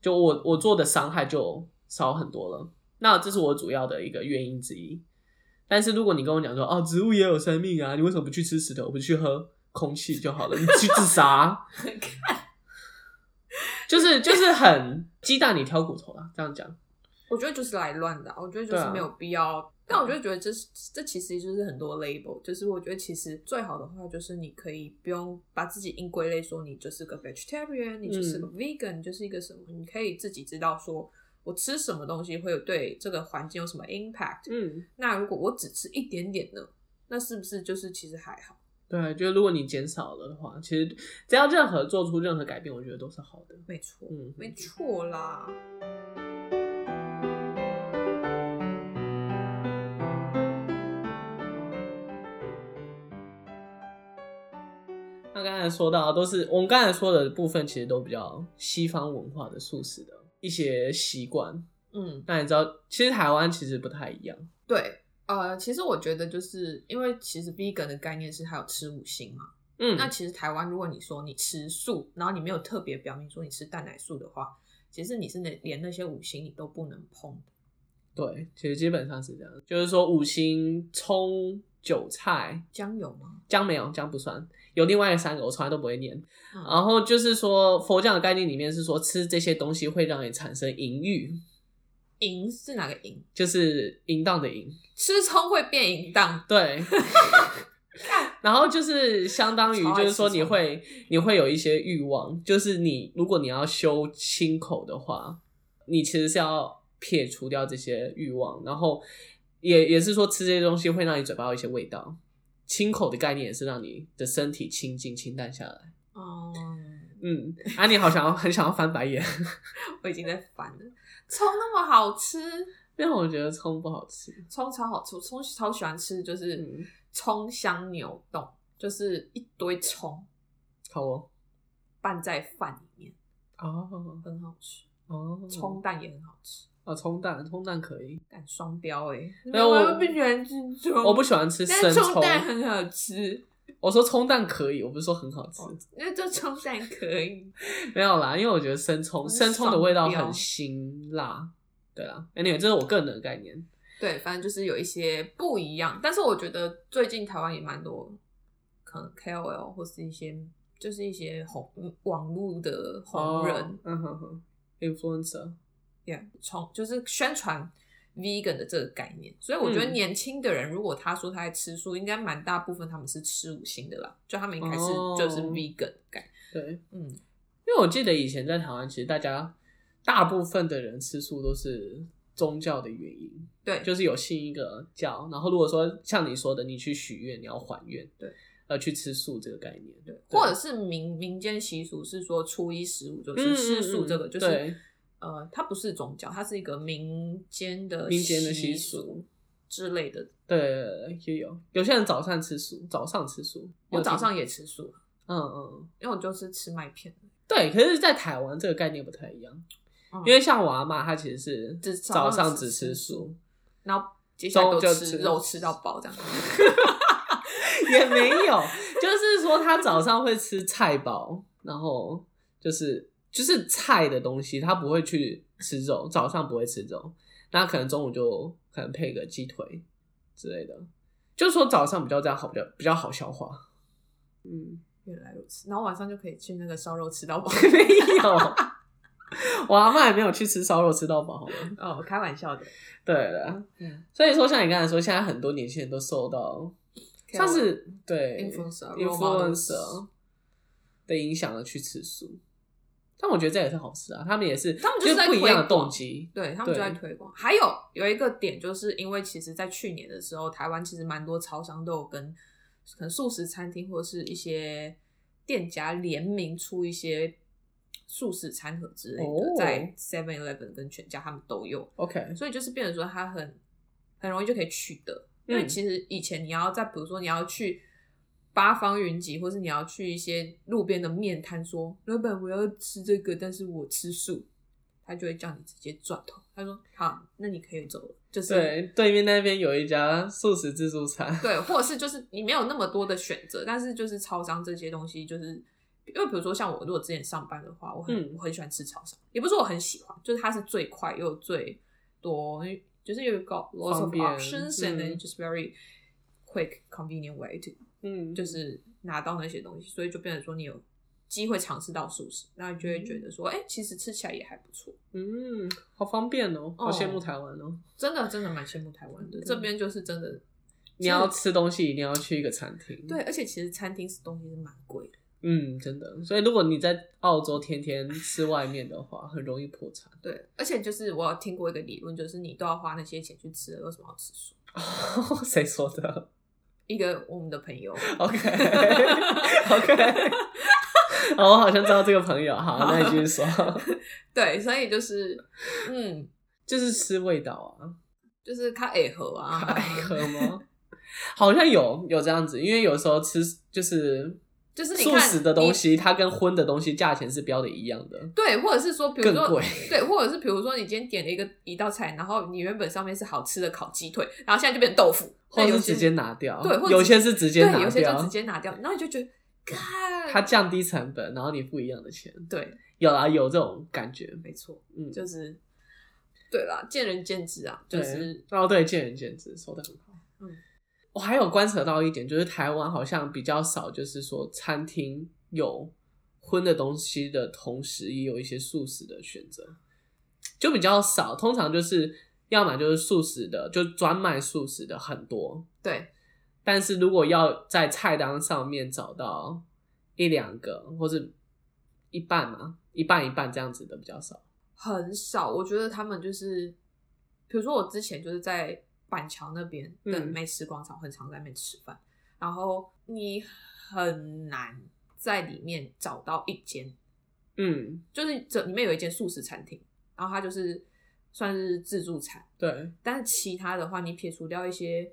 Speaker 1: 就我我做的伤害就少很多了。那这是我主要的一个原因之一。但是如果你跟我讲说，哦，植物也有生命啊，你为什么不去吃石头，不去喝空气就好了？你去自杀，就是就是很鸡蛋里挑骨头啦，这样讲。
Speaker 2: 我觉得就是来乱的啊、我觉得就
Speaker 1: 对
Speaker 2: 是
Speaker 1: 啊嗯
Speaker 2: 没有必要。但我就觉得这是这其实就是很多 label，就是我觉得其实最好的话就是你可以不用把自己硬归类，说你就是个 vegetarian，你就是个
Speaker 1: 嗯
Speaker 2: vegan，、你就是一个什么，你可以自己知道说我吃什么东西会有对这个环境有什么 impact。
Speaker 1: 嗯，
Speaker 2: 那如果我只吃一点点呢，那是不是就是其实还好？
Speaker 1: 对，就是如果你减少了的话，其实只要任何做出任何改变，我觉得都是好的。
Speaker 2: 没错，
Speaker 1: 嗯
Speaker 2: 没错啦。
Speaker 1: 那刚才说到都是我们刚才说的部分，其实都比较西方文化的素食的一些习惯。
Speaker 2: 嗯，
Speaker 1: 那你知道，其实台湾其实不太一样。
Speaker 2: 对，呃，其实我觉得就是因为其实 vegan 的概念是还有吃五星嘛。
Speaker 1: 嗯
Speaker 2: 那其实台湾，如果你说你吃素，然后你没有特别表明说你吃蛋奶素的话，其实你是那连那些五行你都不能碰的。
Speaker 1: 对，其实基本上是这样，就是说五星葱韭菜，
Speaker 2: 姜有吗？
Speaker 1: 姜没有，姜不算。有另外三个，我从来都不会念。
Speaker 2: 嗯
Speaker 1: 然后就是说，佛教的概念里面是说，吃这些东西会让你产生淫欲，
Speaker 2: 淫是哪个淫？
Speaker 1: 就是淫荡的淫。
Speaker 2: 吃葱会变淫荡， [LAUGHS]
Speaker 1: 对。然后就是相当于
Speaker 2: 超爱
Speaker 1: 就是说
Speaker 2: 吃
Speaker 1: 你
Speaker 2: 葱
Speaker 1: 会你会有一些欲望，就是你如果你要修清口的话，你其实是要撇除掉这些欲望，然后也也是说吃这些东西会让你嘴巴有一些味道。清口的概念也是让你的身体清净清淡下来。
Speaker 2: 哦、
Speaker 1: 嗯，安妮好想要很想要翻白眼，
Speaker 2: [LAUGHS]
Speaker 1: [LAUGHS]
Speaker 2: 我已经在烦了。葱那么好吃，
Speaker 1: 因为我觉得葱不好吃。
Speaker 2: 葱超好吃，我葱超喜欢吃，就是
Speaker 1: 嗯，
Speaker 2: 葱香牛冻，就是一堆葱
Speaker 1: 好哦。
Speaker 2: 拌在饭里面，
Speaker 1: 哦
Speaker 2: 很好吃。
Speaker 1: 哦，
Speaker 2: 葱蛋也很好吃，
Speaker 1: 哦葱蛋葱蛋可以，
Speaker 2: 但双标哎、欸，
Speaker 1: 没有我
Speaker 2: 又不喜欢吃葱，
Speaker 1: 我不喜欢吃
Speaker 2: 但
Speaker 1: 生
Speaker 2: 葱
Speaker 1: 葱。
Speaker 2: 蛋很好吃，
Speaker 1: 我说葱蛋可以，我不是说很好吃，
Speaker 2: 哦那这葱蛋可以。 [LAUGHS]
Speaker 1: 没有啦，因为我觉得生葱
Speaker 2: 我是
Speaker 1: 生葱的味道
Speaker 2: 双标
Speaker 1: 很辛辣，对啦。Anyway，这是我个人的概念。
Speaker 2: 对，反正就是有一些不一样，但是我觉得最近台湾也蛮多，可能 KOL 或是一些就是一些红网络的红人，
Speaker 1: 哦，嗯哼哼，influencer，
Speaker 2: yeah, 从就是宣传 vegan 的这个概念，所以我觉得
Speaker 1: 嗯
Speaker 2: 年轻的人，如果他说他在吃素，应该蛮大部分他们是吃五星的啦，就他们一开始
Speaker 1: 哦
Speaker 2: 就是 vegan 的概念
Speaker 1: 对，
Speaker 2: 嗯，
Speaker 1: 因为我记得以前在台湾，其实大家大部分的人吃素都是宗教的原因，
Speaker 2: 对，
Speaker 1: 就是有信一个教，然后如果说像你说的，你去许愿，你要还愿，
Speaker 2: 对，
Speaker 1: 呃，去吃素这个概念，
Speaker 2: 对，或者是民民间习俗是说初一十五就是吃素，这
Speaker 1: 嗯
Speaker 2: 个、
Speaker 1: 嗯嗯
Speaker 2: 就是
Speaker 1: 对
Speaker 2: 呃，它不是宗教，它是一个民间的
Speaker 1: 民间的习
Speaker 2: 习
Speaker 1: 俗
Speaker 2: 之类的。
Speaker 1: 对也有有些人早上吃素，早上吃素，
Speaker 2: 我
Speaker 1: 有
Speaker 2: 早
Speaker 1: 听
Speaker 2: 上也吃素，
Speaker 1: 嗯嗯。
Speaker 2: 因为我就是吃麦片，
Speaker 1: 对，可是，在台湾这个概念不太一样，
Speaker 2: 嗯
Speaker 1: 因为像我阿妈，她其实是
Speaker 2: 只
Speaker 1: 哦早
Speaker 2: 上
Speaker 1: 上只吃素，，
Speaker 2: 然后接下来都
Speaker 1: 中就
Speaker 2: 吃
Speaker 1: 吃 [LAUGHS]
Speaker 2: 肉吃到饱这样。
Speaker 1: 也没有，就是说她早上会吃菜包，然后就是就是菜的东西，她不会去吃肉，早上不会吃肉，那可能中午就可能配个鸡腿之类的，就是说早上比较这样好，比较比较好消化。嗯，
Speaker 2: 原来如此，然后晚上就可以去那个烧肉吃到饱。
Speaker 1: [LAUGHS]
Speaker 2: [LAUGHS]
Speaker 1: 没有，我阿妈也没有去吃烧肉吃到饱，好吗？
Speaker 2: 哦，我开玩笑的。
Speaker 1: 对了。
Speaker 2: 嗯，
Speaker 1: 所以说，像你刚才说，现在很多年轻人都受到算是对
Speaker 2: influencer role models
Speaker 1: influencer 的影响而去吃素，但我觉得这也是好事啊，他们也是
Speaker 2: 他们就
Speaker 1: 就是
Speaker 2: 在
Speaker 1: 不一样的
Speaker 2: 推广
Speaker 1: 动机，
Speaker 2: 对他们就在推广。还有有一个点，就是因为其实，在去年的时候，台湾其实蛮多超商都有跟可能素食餐厅或者是一些店家联名出一些素食餐盒之类的，
Speaker 1: 哦
Speaker 2: 在 Seven Eleven 跟全家他们都有，
Speaker 1: ，OK，
Speaker 2: 所以就是变成说它很很容易就可以取得。因为
Speaker 1: 嗯
Speaker 2: 其实以前你要在，比如说你要去八方云集，或是你要去一些路边的面摊说：“老板，我要吃这个，但是我吃素。”他就会叫你直接转头，他说：“好，那你可以走了。”就是
Speaker 1: 对，对面那边有一家素食自助餐，
Speaker 2: 对，或者是就是你没有那么多的选择，但是就是超商这些东西，就是因为比如说像我如果之前上班的话，我很、
Speaker 1: 嗯
Speaker 2: 我很喜欢吃超商，也不是说我很喜欢，就是它是最快又最多，因为就是有 got lots
Speaker 1: 方
Speaker 2: of
Speaker 1: 便
Speaker 2: options and then
Speaker 1: 嗯
Speaker 2: just very quick convenient way to
Speaker 1: 嗯，
Speaker 2: 就是拿到那些东西，所以就变成说你有机会尝试到素食，那你就会觉得说，哎、其实吃起来也还不错。
Speaker 1: 嗯，好方便哦，好羡慕
Speaker 2: 哦
Speaker 1: 台湾哦。
Speaker 2: 真的真的蛮羡慕台湾的，这
Speaker 1: 嗯
Speaker 2: 边就是真的，
Speaker 1: 你要吃东西一定要去一个餐厅，
Speaker 2: 对，，而且其实餐厅是东西是蛮贵的。
Speaker 1: 嗯，真的。所以如果你在澳洲天天吃外面的话，很容易破
Speaker 2: [LAUGHS]
Speaker 1: 产。
Speaker 2: 对，而且就是我有听过一个理论，就是你都要花那些钱去吃了，为什么要吃素？
Speaker 1: 谁说的？
Speaker 2: 一个我们的
Speaker 1: [LAUGHS]
Speaker 2: 朋友，
Speaker 1: OK OK，哦，我好像知道这个朋友，好，那你继续
Speaker 2: [LAUGHS]
Speaker 1: 说，
Speaker 2: 对，所以就是，嗯，
Speaker 1: 就是吃味道啊，
Speaker 2: 就是他爱喝啊，
Speaker 1: 爱喝吗？ [LAUGHS] 好像有有这样子，因为有时候吃就是
Speaker 2: 就是你
Speaker 1: 素
Speaker 2: 看
Speaker 1: 食的东
Speaker 2: 你，
Speaker 1: 西，它跟荤的东西价钱是标的一样的，
Speaker 2: 对，或者是说，比如
Speaker 1: 更
Speaker 2: 说
Speaker 1: 贵。，
Speaker 2: 对，或者是比如说，你今天点了一个一道菜，然后你原本上面是好吃的烤鸡腿，然后现在就变成豆腐，
Speaker 1: 或
Speaker 2: 那
Speaker 1: 是
Speaker 2: 有些
Speaker 1: 直接拿掉，
Speaker 2: 对或者
Speaker 1: 有些是直接
Speaker 2: 对，
Speaker 1: 拿
Speaker 2: 有些就直
Speaker 1: 掉，
Speaker 2: 接拿掉，然后你就觉得，看，
Speaker 1: 它降低成本，然后你付一样的钱，
Speaker 2: 对，
Speaker 1: 有啦，有这种感觉，
Speaker 2: 没错，
Speaker 1: 嗯，
Speaker 2: 就是，对啦，见仁见智啊，就
Speaker 1: 对
Speaker 2: 是
Speaker 1: 哦，对，见仁见智，说的很好。
Speaker 2: 嗯
Speaker 1: 哦，我还有观察到一点，就是台湾好像比较少，就是说餐厅有荤的东西的同时，也有一些素食的选择，就比较少。通常就是要么就是素食的，就专卖素食的很多，
Speaker 2: 对，
Speaker 1: 但是如果要在菜单上面找到一两个或者一半嘛，一半一半这样子的比较少。
Speaker 2: 很少。我觉得他们就是，比如说我之前就是在板桥那边的
Speaker 1: 嗯
Speaker 2: 美食广场，很常在那边吃饭，然后你很难在里面找到一间
Speaker 1: 嗯，
Speaker 2: 就是这里面有一间素食餐厅，然后它就是算是自助餐，
Speaker 1: 对，
Speaker 2: 但是其他的话，你撇除掉一些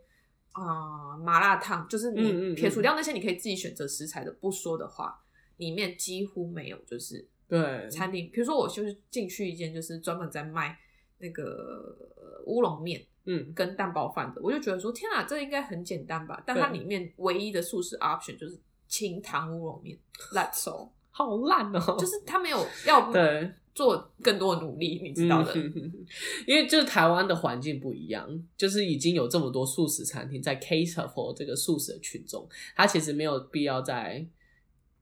Speaker 2: 啊、呃麻辣烫，就是
Speaker 1: 嗯嗯
Speaker 2: 你
Speaker 1: 嗯
Speaker 2: 撇除掉那些你可以自己选择食材的不说的话，里面几乎没有就是
Speaker 1: 对，
Speaker 2: 餐厅。比如说我就是进去一间就是专门在卖那个呃乌龙面
Speaker 1: 嗯，
Speaker 2: 跟蛋包饭的，我就觉得说天啊，这应该很简单吧？但它
Speaker 1: 对
Speaker 2: 里面唯一的素食 option 就是清汤乌龙面，That's all，
Speaker 1: 好烂 [LAUGHS] 哦、
Speaker 2: 就是它没有 [LAUGHS] 要
Speaker 1: 对，
Speaker 2: 做更多的努力，你知道的。
Speaker 1: 嗯因为就是台湾的环境不一样，就是已经有这么多素食餐厅在 cater for 这个素食的群众，它其实没有必要在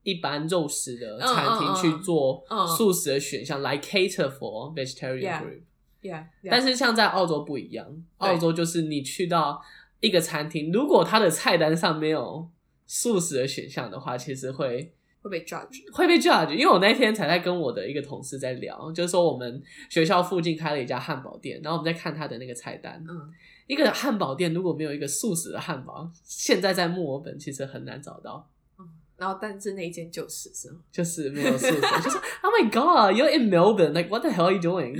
Speaker 1: 一般肉食的餐
Speaker 2: 嗯嗯
Speaker 1: 厅
Speaker 2: 嗯
Speaker 1: 去做
Speaker 2: 嗯
Speaker 1: 素食的选项来 cater for vegetarian
Speaker 2: Yeah
Speaker 1: group。
Speaker 2: Yeah，
Speaker 1: 但
Speaker 2: 是
Speaker 1: 是像在澳洲不一样，
Speaker 2: 对
Speaker 1: 澳洲就是你去到一个餐厅，如果它的菜单上没有素食的选项的话，其实会
Speaker 2: 会被 judge。
Speaker 1: 会被 judge，因为我那天才在跟我的一个同事在聊，就是说我们学校附近开了一家汉堡店，然后我们在看他的那个菜单，
Speaker 2: 嗯，
Speaker 1: 一个汉堡店如果没有一个素食的汉堡，现在在墨尔本其实很难找到，
Speaker 2: 然后但是那一间就是是吗？
Speaker 1: 就是没有素食，就是
Speaker 2: [LAUGHS]
Speaker 1: Oh my God，you're in Melbourne，like what the hell are you doing？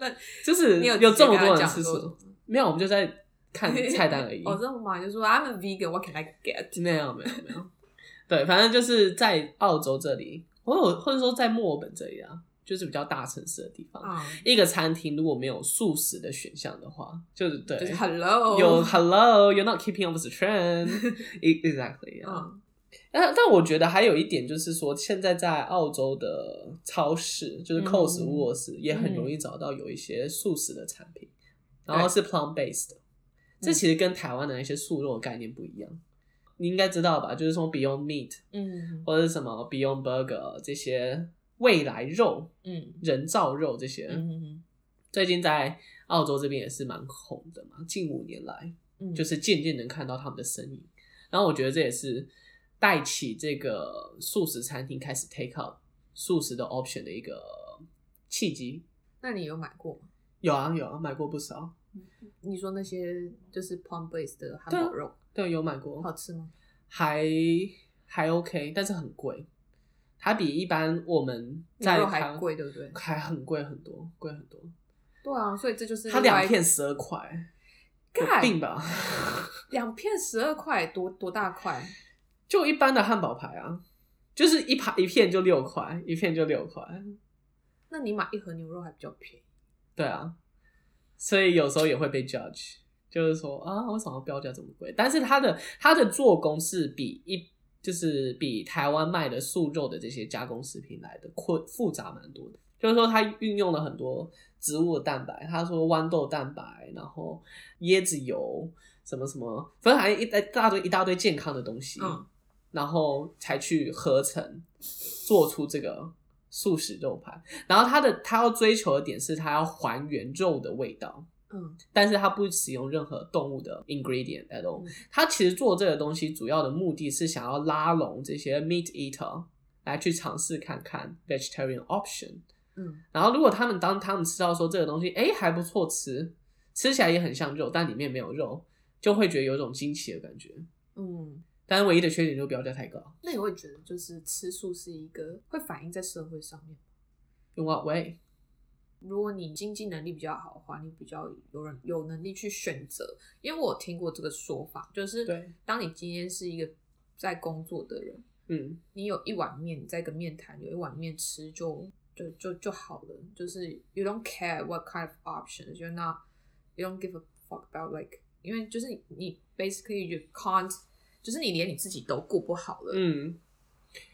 Speaker 2: 那
Speaker 1: [LAUGHS] 就是
Speaker 2: 你有
Speaker 1: 呃有
Speaker 2: 直接
Speaker 1: 这么
Speaker 2: 跟他
Speaker 1: 多人
Speaker 2: 讲
Speaker 1: 吃
Speaker 2: 说。
Speaker 1: 素，没有，我们就在看菜单而已
Speaker 2: [LAUGHS] 哦，这么嘛，就说 I'm a vegan，what can I get？
Speaker 1: 没有没有没有，对，反正就是在澳洲这里，或者或者说在墨尔本这里啊，就是比较大城市的地方。
Speaker 2: 啊，
Speaker 1: 一个餐厅如果没有素食的选项的话，就是对，
Speaker 2: 就是 hello，
Speaker 1: 有 Hello, you're not keeping up with the trend,
Speaker 2: [LAUGHS]
Speaker 1: E- exactly. yeah.
Speaker 2: 嗯
Speaker 1: 但但我觉得还有一点就是说，现在在澳洲的超市，就是
Speaker 2: 嗯
Speaker 1: Coles、Woolworths 也很
Speaker 2: 嗯
Speaker 1: 容易找到有一些素食的产品，然后是 plant based 的。
Speaker 2: 嗯
Speaker 1: 这其实跟台湾的那些素肉的概念不一样，你应该知道吧？就是从 Beyond Meat
Speaker 2: 嗯
Speaker 1: 或者是什么 Beyond Burger 这些未来肉、
Speaker 2: 嗯
Speaker 1: 人造肉这些，
Speaker 2: 嗯
Speaker 1: 最近在澳洲这边也是蛮红的嘛，近五年来
Speaker 2: 嗯，
Speaker 1: 就是渐渐能看到他们的身影。然后我觉得这也是带起这个素食餐厅开始 take up 素食的 option 的一个契机。
Speaker 2: 那你有买过吗？
Speaker 1: 有啊有啊，买过不少，
Speaker 2: 你说那些就是 plant based 的汉
Speaker 1: 对啊
Speaker 2: 堡肉
Speaker 1: 对，有买过，
Speaker 2: 好吃吗？
Speaker 1: 还还 OK，但是很贵，它比一般我们在
Speaker 2: 牛肉还
Speaker 1: 台
Speaker 2: 贵，，对不对？
Speaker 1: 还很贵很多，贵很多。
Speaker 2: 对啊，所以这就是
Speaker 1: 它
Speaker 2: 另外
Speaker 1: 两片十二块，有
Speaker 2: 干
Speaker 1: 病吧？
Speaker 2: 两片十二块，多多大块？
Speaker 1: 就一般的汉堡排啊，就是一排一片就六块，一片就六块，
Speaker 2: 那你买一盒牛肉还比较便宜。
Speaker 1: 对啊，所以有时候也会被 judge，就是说啊，为什么标价这么贵？但是它的它的做工是比一就是比台湾卖的素肉的这些加工食品来的困复杂蛮多的，就是说它运用了很多植物的蛋白，他说豌豆蛋白，然后椰子油。什么什么，反正还一大大堆一大堆健康的东西，
Speaker 2: 嗯
Speaker 1: 然后才去合成做出这个素食肉排。然后它的它要追求的点是，它要还原肉的味道，
Speaker 2: 嗯
Speaker 1: 但是它不使用任何动物的 ingredient at all
Speaker 2: 嗯。
Speaker 1: 它其实做这个东西主要的目的是想要拉拢这些 meat eater 来去尝试看看 vegetarian option。
Speaker 2: 嗯
Speaker 1: 然后如果他们当他们吃到说这个东西，哎，还不错吃，吃起来也很像肉，但里面没有肉，就会觉得有种惊奇的感觉。
Speaker 2: 嗯。
Speaker 1: 但是唯一的缺点就是标价太高。
Speaker 2: 那你会觉得就是吃素是一个会反映在社会上面。
Speaker 1: In what way？
Speaker 2: 如果你经济能力比较好的话，你比较有人有能力去选择。因为我有听过这个说法，就是
Speaker 1: 对
Speaker 2: 当你今天是一个在工作的人，
Speaker 1: 嗯，
Speaker 2: 你有一碗面，你在一个面摊有一碗面吃就就就就好了，就是 you don't care what kind of options you're not you don't give a fuck about like，因为就是你你 basically you can't，就是你连你自己都顾不好了，
Speaker 1: 嗯，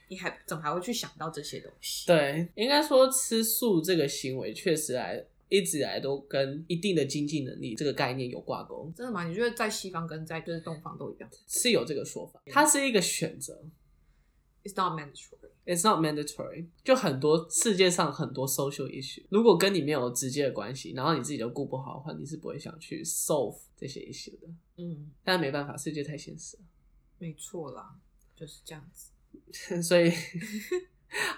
Speaker 2: 你还怎么还会去想到这些东西？
Speaker 1: 对，应该说吃素这个行为确实来一直以来都跟一定的经济能力这个概念有挂钩，
Speaker 2: 真的吗？你觉得在西方跟在就是东方都一样
Speaker 1: 是有这个说法。它是一个选择
Speaker 2: ？It's not mandatory。
Speaker 1: ，it's not mandatory。就很多世界上很多 social issue，如果跟你没有直接的关系，然后你自己都顾不好的话，你是不会想去 solve 这些 issue 的。
Speaker 2: 嗯，
Speaker 1: 但没办法，世界太现实
Speaker 2: 没错啦，就是这样子。
Speaker 1: 了，所以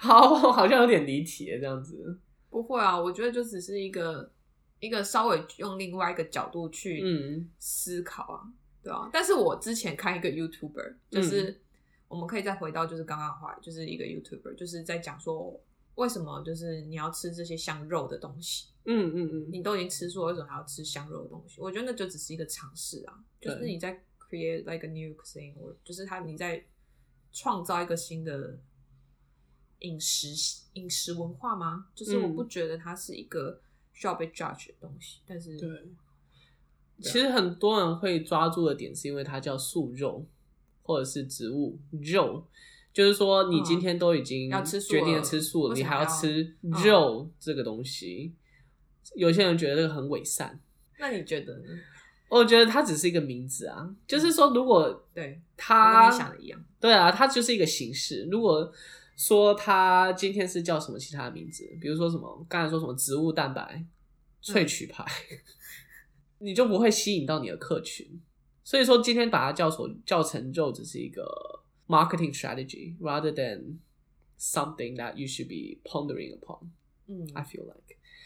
Speaker 1: 好，我好像有点离题了这样子。
Speaker 2: 不会啊，我觉得就只是一个一个稍微用另外一个角度去
Speaker 1: 嗯
Speaker 2: 思考啊，对啊。但是我之前看一个 YouTuber，就是、
Speaker 1: 嗯
Speaker 2: 我们可以再回到就是刚刚的话，就是一个 YouTuber，就是在讲说为什么就是你要吃这些香肉的东西，
Speaker 1: 嗯嗯嗯，
Speaker 2: 你都已经吃素了，为什么还要吃香肉的东西？我觉得那就只是一个尝试啊，就是
Speaker 1: 对
Speaker 2: 你在 create like a new cuisine，or 就是他你在创造一个新的饮食饮食文化吗？就是我
Speaker 1: 嗯
Speaker 2: 不觉得它是一个需要被 judge 的东西，但是
Speaker 1: 对。啊其实很多人会抓住的点是因为它叫素肉，或者是植物肉，就是说你今天都已经
Speaker 2: 嗯要吃素
Speaker 1: 决定了
Speaker 2: 了
Speaker 1: 吃素了，
Speaker 2: 为
Speaker 1: 你
Speaker 2: 什么
Speaker 1: 还
Speaker 2: 还要
Speaker 1: 吃
Speaker 2: 嗯
Speaker 1: 肉这个东西。有些人觉得这个很伪善，
Speaker 2: 那你觉得呢？
Speaker 1: 我觉得它只是一个名字啊，就是说如果
Speaker 2: 对，我
Speaker 1: 它
Speaker 2: 跟你想的一样。
Speaker 1: 对啊，它就是一个形式。如果说它今天是叫什么其他的名字，比如说什么刚才说什么植物蛋白
Speaker 2: 嗯
Speaker 1: 萃取派， [LAUGHS] 你就不会吸引到你的客群。所以说，今天把它叫所叫成就，只是一个 marketing strategy rather than something that you should be pondering upon.
Speaker 2: 嗯，
Speaker 1: I feel like.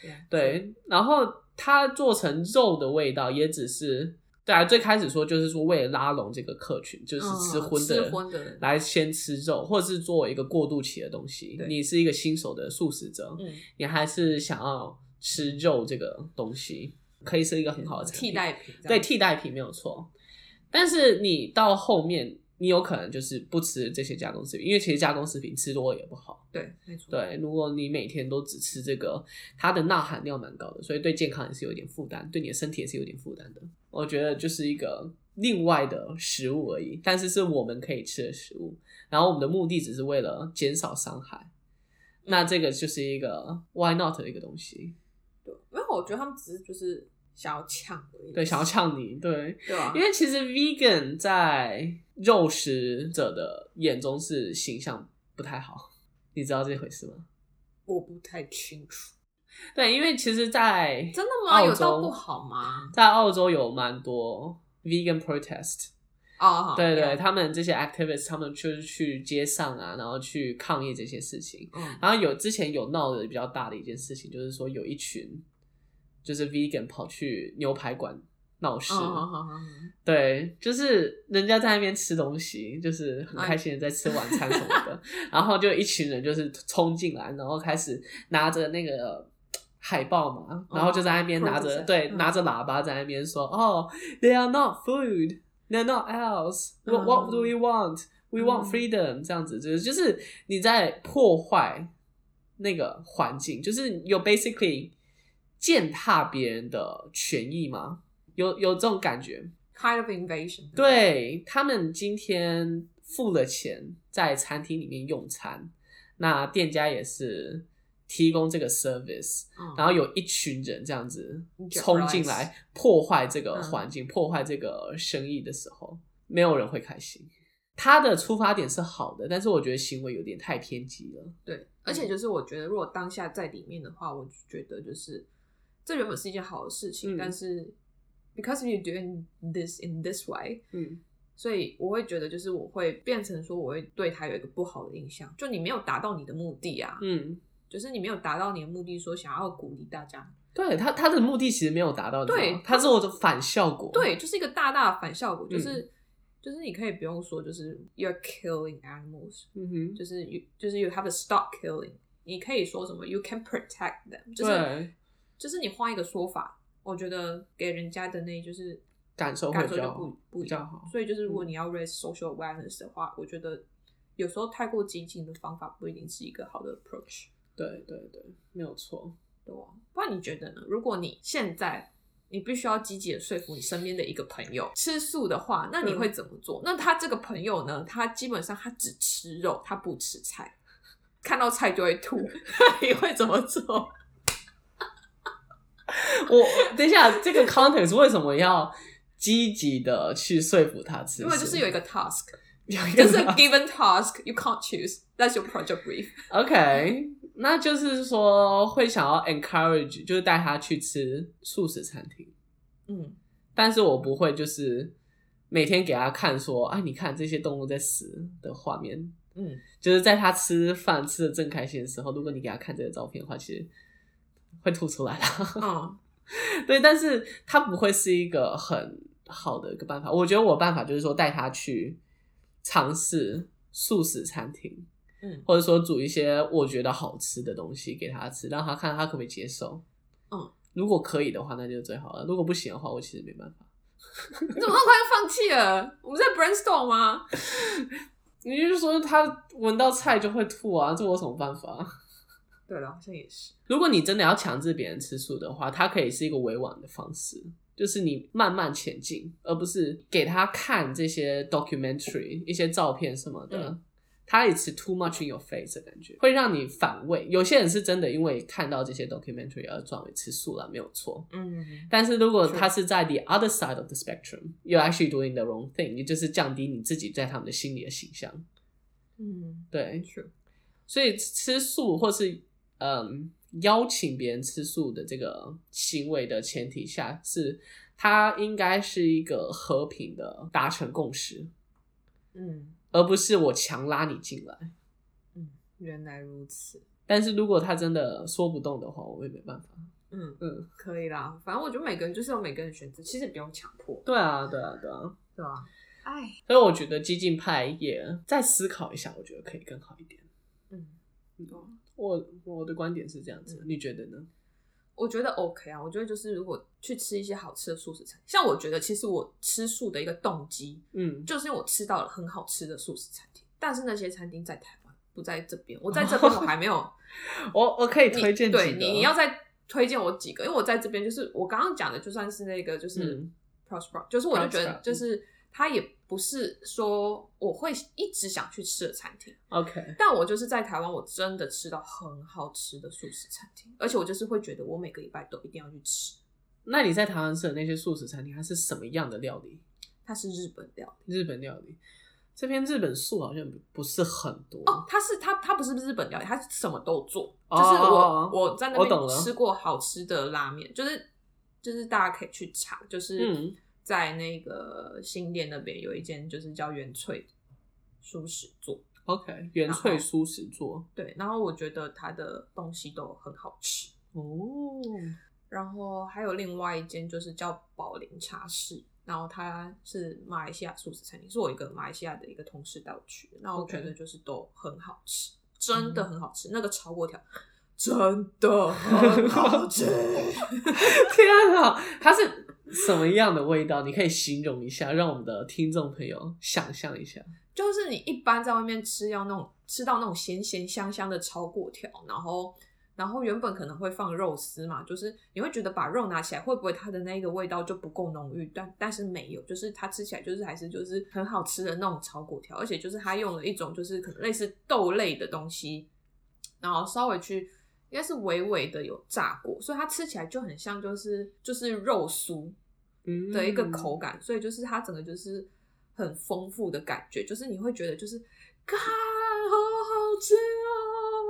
Speaker 2: 啊，
Speaker 1: 对，然后它做成肉的味道，也只是对啊，最开始说就是说为了拉拢这个客群，就是吃
Speaker 2: 嗯
Speaker 1: 荤的人、
Speaker 2: 吃荤的人
Speaker 1: 来先吃肉，或者是作为一个过渡期的东西。
Speaker 2: 对
Speaker 1: 你是一个新手的素食者，
Speaker 2: 嗯，
Speaker 1: 你还是想要吃肉这个东西，可以是一个很好的产品
Speaker 2: 替，代品，
Speaker 1: 对，替代品没有错。但是你到后面，你有可能就是不吃这些加工食品，因为其实加工食品吃多了也不好。
Speaker 2: 对，没错，
Speaker 1: 对，如果你每天都只吃这个，它的钠含量蛮高的，所以对健康也是有一点负担，对你的身体也是有点负担的。我觉得就是一个另外的食物而已，但是是我们可以吃的食物，然后我们的目的只是为了减少伤害。那这个就是一个 why not 的一个东西，
Speaker 2: 对，没有，我觉得他们只是就是想要呛而已，
Speaker 1: 对，想要呛你，对，
Speaker 2: 对啊，
Speaker 1: 因为其实 vegan 在肉食者的眼中是形象不太好，你知道这回事吗？
Speaker 2: 我不太清楚，
Speaker 1: 对，因为其实，在
Speaker 2: 真的
Speaker 1: 澳
Speaker 2: 吗？
Speaker 1: 洲
Speaker 2: 有到不好吗？
Speaker 1: 在澳洲有蛮多 vegan protest，
Speaker 2: 哦，
Speaker 1: 对对，
Speaker 2: 有，
Speaker 1: 他们这些 activists，他们就是去街上啊，然后去抗议这些事情。
Speaker 2: 嗯，
Speaker 1: 然后有之前有闹的比较大的一件事情，就是说有一群就是 vegan 跑去牛排馆闹事，
Speaker 2: 嗯好好好，嗯
Speaker 1: 对，就是人家在那边吃东西，就是
Speaker 2: 哎
Speaker 1: 很开心的在吃晚餐什么的，然后就一群人就是冲进来，然后开始拿着那个呃海报嘛，然后就在那边拿着、
Speaker 2: producer，
Speaker 1: 对、
Speaker 2: 嗯
Speaker 1: 拿着喇叭在那边说，哦，they are not food, they're not else, what what do we want? We want
Speaker 2: 嗯
Speaker 1: freedom，、这样子就是就是你在破坏那个环境，就是有 basically 践踏别人的权益吗？有有这种感觉？
Speaker 2: ，kind of invasion，不，
Speaker 1: 对他们今天付了钱在餐厅里面用餐，那店家也是提供这个 service，
Speaker 2: 嗯
Speaker 1: 然后有一群人这样子
Speaker 2: Jeopardize
Speaker 1: 冲进来破坏这个
Speaker 2: 嗯
Speaker 1: 环境、破坏这个生意的时候，没有人会开心。他的出发点是好的，但是我觉得行为有点太偏激了。
Speaker 2: 对，而且就是我觉得，如果当下在里面的话，我就觉得就是这原本是一件好的事
Speaker 1: 嗯
Speaker 2: 情，但是 because you doing this in this way，
Speaker 1: 嗯，
Speaker 2: 所以我会觉得，就是我会变成说，我会对他有一个不好的印象，就你没有达到你的目的啊，
Speaker 1: 嗯，
Speaker 2: 就是你没有达到你的目的，说想要鼓励大家，
Speaker 1: 对他他的目的其实没有达到，
Speaker 2: 对
Speaker 1: 你知道吗他是我的反效果。
Speaker 2: 对，就是一个大大的反效果，就是、
Speaker 1: 嗯
Speaker 2: 就是你可以不用说，就是 you're killing animals，
Speaker 1: 嗯哼，
Speaker 2: 就是 you 就是 you have to stop killing，你可以说什么 you can protect them，就是
Speaker 1: 对
Speaker 2: 就是你换一个说法，我觉得给人家的那就是
Speaker 1: 感受会
Speaker 2: 感
Speaker 1: 比
Speaker 2: 受就
Speaker 1: 较
Speaker 2: 不不
Speaker 1: 比
Speaker 2: 一
Speaker 1: 较
Speaker 2: 样。
Speaker 1: 好。嗯
Speaker 2: 所以就是如果你要 raise social awareness 的话，我觉得有时候太过激进的方法不一定是一个好的 approach，
Speaker 1: 对对对，没有错。
Speaker 2: 对啊不然你觉得呢？如果你现在你必须要积极的说服你身边的一个朋友吃素的话，那你会
Speaker 1: 嗯
Speaker 2: 怎么做？那他这个朋友呢？他基本上他只吃肉，他不吃菜，
Speaker 1: [LAUGHS]
Speaker 2: 看到菜就会吐，你会怎么做？
Speaker 1: 我等一下，这个 context 为什么要积极的去说服他吃素？
Speaker 2: 因为就是有一个 task，
Speaker 1: [LAUGHS] 有一个
Speaker 2: 就是 given task，you can't choose，that's your project brief。
Speaker 1: OK，那就是说会想要 encourage，就是带他去吃素食餐厅，
Speaker 2: 嗯，
Speaker 1: 但是我不会就是每天给他看说，哎，你看这些动物在死的画面，
Speaker 2: 嗯，
Speaker 1: 就是在他吃饭吃的正开心的时候，如果你给他看这个照片的话，其实会吐出来啦。
Speaker 2: 嗯，
Speaker 1: 对，但是它不会是一个很好的一个办法。我觉得我办法就是说带他去尝试素食餐厅，
Speaker 2: 嗯
Speaker 1: 或者说煮一些我觉得好吃的东西给他吃，让他看他可不可以接受。
Speaker 2: 嗯，
Speaker 1: 如果可以的话，那就最好了。如果不行的话，我其实没办法。
Speaker 2: 你怎么那么快就放弃了？我们在 brainstorm 啊吗？
Speaker 1: 你就是说他闻到菜就会吐啊，这我有什么办法？
Speaker 2: 对了，好像也是。
Speaker 1: 如果你真的要强制别人吃素的话，它可以是一个委婉的方式，就是你慢慢前进，而不是给他看这些 documentary 一些照片什么的。
Speaker 2: 嗯
Speaker 1: 他也吃 too much in your face 的感觉，会让你反胃。有些人是真的因为看到这些 documentary 而转为吃素了，没有错。
Speaker 2: 嗯
Speaker 1: 但是如果
Speaker 2: 是
Speaker 1: 他是在 the other side of the spectrum，you're actually doing the wrong thing，也就是降低你自己在他们的心里的形象。
Speaker 2: 嗯
Speaker 1: 对，
Speaker 2: ，true。
Speaker 1: 所以吃素或是嗯邀请别人吃素的这个行为的前提下，是它应该是一个和平的达成共识，
Speaker 2: 嗯
Speaker 1: 而不是我强拉你进来。
Speaker 2: 嗯，原来如此。
Speaker 1: 但是如果他真的说不动的话，我也没办法。
Speaker 2: 嗯，
Speaker 1: 嗯，
Speaker 2: 可以啦。反正我觉得每个人就是有每个人的选择，其实也不用强迫，
Speaker 1: 对啊，对啊，对啊。
Speaker 2: 对吧？哎，
Speaker 1: 所以我觉得激进派也再思考一下，我觉得可以更好一点。
Speaker 2: 嗯，哦
Speaker 1: 我我的观点是这样子，你觉得呢？
Speaker 2: 我觉得 OK 啊，我觉得就是如果去吃一些好吃的素食餐，像我觉得其实我吃素的一个动机，
Speaker 1: 嗯，
Speaker 2: 就是因为我吃到了很好吃的素食餐厅，但是那些餐厅在台湾不在这边，我在这边我还没有
Speaker 1: 嗯我我可以
Speaker 2: 你
Speaker 1: 推荐几个，嗯
Speaker 2: 对你你要再推荐我几个，因为我在这边就是我刚刚讲的，就算是那个就是
Speaker 1: 嗯
Speaker 2: Prosper，、就是我就觉得
Speaker 1: Prosper，嗯
Speaker 2: 就是它也不是说我会一直想去吃的餐厅，
Speaker 1: OK，
Speaker 2: 但我就是在台湾，我真的吃到很好吃的素食餐厅，而且我就是会觉得我每个礼拜都一定要去吃。
Speaker 1: 那你在台湾吃的那些素食餐厅，它是什么样的料理？
Speaker 2: 它是日本料
Speaker 1: 日本料理这边日本素好像不是很多
Speaker 2: 理哦，它是它它不是日本料理，它什么都做，
Speaker 1: 哦
Speaker 2: 就是我、
Speaker 1: 哦哦
Speaker 2: 我在那
Speaker 1: 我懂
Speaker 2: 边
Speaker 1: 了
Speaker 2: 吃过好吃的拉面，就是就是大家可以去查，就是
Speaker 1: 嗯
Speaker 2: 在那个新店那边有一间就是叫原萃舒食做，
Speaker 1: OK，原萃素食做
Speaker 2: 对，然后我觉得它的东西都很好吃，
Speaker 1: 哦， [LAUGHS]
Speaker 2: 然后还有另外一间就是叫宝林茶室，然后它是马来西亚素食餐厅，是我一个马来西亚的一个同事带我去的，那我
Speaker 1: OK
Speaker 2: 觉得就是都很好吃真的很好吃，那个炒粿条真的很好吃，
Speaker 1: 天啊，它是什么样的味道？你可以形容一下，让我们的听众朋友想象一下。
Speaker 2: 就是你一般在外面吃要那种吃到那种咸咸香香的炒粿条，然后。然后原本可能会放肉丝嘛，就是你会觉得把肉拿起来会不会它的那个味道就不够浓郁，但但是没有，就是它吃起来就是还是就是很好吃的那种炒粿条，而且就是它用了一种就是可能类似豆类的东西，然后稍微去应该是微微的有炸过，所以它吃起来就很像就是就是肉酥，
Speaker 1: 嗯
Speaker 2: 的一个口感，所以就是它整个就是很丰富的感觉，就是你会觉得就是，看好好吃啊，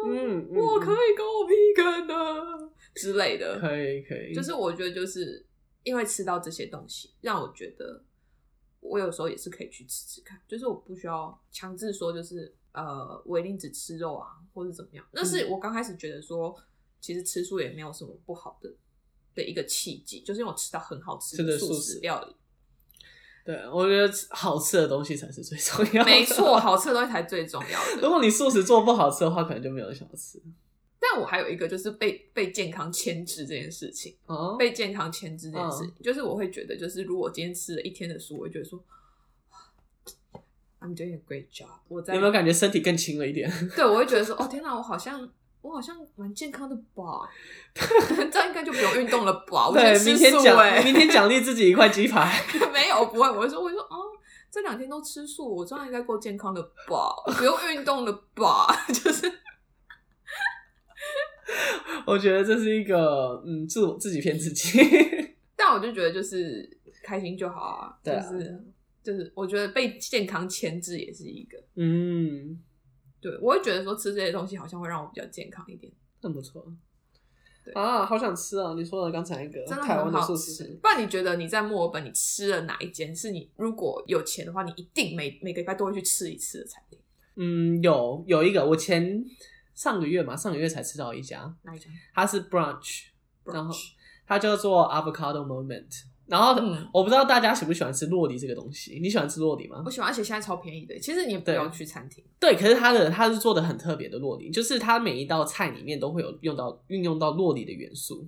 Speaker 1: 嗯，嗯
Speaker 2: 我可
Speaker 1: 以，
Speaker 2: 以跟我皮干的之类的，
Speaker 1: 可以，可以，
Speaker 2: 就是我觉得就是因为吃到这些东西，让我觉得我有时候也是可以去吃吃看，就是我不需要强制说就是呃我一定只吃肉啊，或者怎么样，那
Speaker 1: 嗯
Speaker 2: 是我刚开始觉得说其实吃素也没有什么不好的。的一个契机，就是因为我吃到很好吃
Speaker 1: 吃的
Speaker 2: 素
Speaker 1: 素
Speaker 2: 食
Speaker 1: 食
Speaker 2: 料理，
Speaker 1: 对我觉得好吃的东西才是最重要的。 [LAUGHS]
Speaker 2: 没错，，好吃的东西才最重要
Speaker 1: 如
Speaker 2: 的。
Speaker 1: 果你素食做不好吃的话，可能就没有人想要吃
Speaker 2: 但我还有一个就是被被健康牵制这件事情，
Speaker 1: 哦。
Speaker 2: 被健康牵制这件
Speaker 1: 嗯
Speaker 2: 事情，就是我会觉得，就是如果今天吃了一天的素，我会觉得说，I'm doing a great job。我在
Speaker 1: 有没有感觉身体更轻了一点？
Speaker 2: 对，我会觉得说，哦天哪，我好像我好像蛮健康的吧，这样应该就不用运动了吧？我
Speaker 1: 对
Speaker 2: 现，在
Speaker 1: 明
Speaker 2: 吃
Speaker 1: 天
Speaker 2: 素
Speaker 1: 奖，
Speaker 2: 哎、
Speaker 1: 明天奖励自己一块鸡排。 [LAUGHS]
Speaker 2: 没有不会，我会说，我会说哦。这两天都吃素，我这样应该够健 [LAUGHS] 康了吧？不用运动了吧？就是
Speaker 1: 我觉得这是一个嗯，自我自己骗自己。 [LAUGHS]
Speaker 2: 但我就觉得就是开心就好啊，
Speaker 1: 对啊
Speaker 2: 就是就是我觉得被健康牵制也是一个，
Speaker 1: 嗯，
Speaker 2: 对我会觉得说吃这些东西好像会让我比较健康一点，
Speaker 1: 很不错
Speaker 2: 对。
Speaker 1: 啊，好想吃啊！你说的刚才那个
Speaker 2: 真的
Speaker 1: 台湾
Speaker 2: 很
Speaker 1: 的
Speaker 2: 好
Speaker 1: 素
Speaker 2: 吃
Speaker 1: 食，。
Speaker 2: 不然你觉得你在墨尔本你吃了哪一间是你如果有钱的话，你一定每每个礼拜都会去吃一次的餐厅？
Speaker 1: 嗯，有有一个，我前上个月嘛，上个月才吃到一家，
Speaker 2: 哪一家？
Speaker 1: 它是 brunch，然后
Speaker 2: Brunch
Speaker 1: 它叫做 avocado moment。然后、
Speaker 2: 嗯
Speaker 1: 我不知道大家喜不喜欢吃洛梨这个东西，你喜欢吃洛梨吗
Speaker 2: 我？喜欢，而且现在超便宜的。其实你也不
Speaker 1: 对
Speaker 2: 用去餐厅，
Speaker 1: 对，可是它的它是做的很特别的洛梨，就是它每一道菜里面都会有用到运用到洛梨的元素。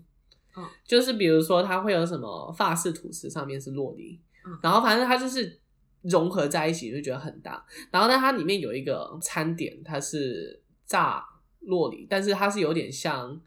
Speaker 2: 嗯
Speaker 1: 就是比如说它会有什么法式吐司上面是洛梨，
Speaker 2: 嗯
Speaker 1: 然后反正它就是融合在一起，就觉得很搭。然后但它里面有一个餐点，它是炸洛梨，但是它是有点像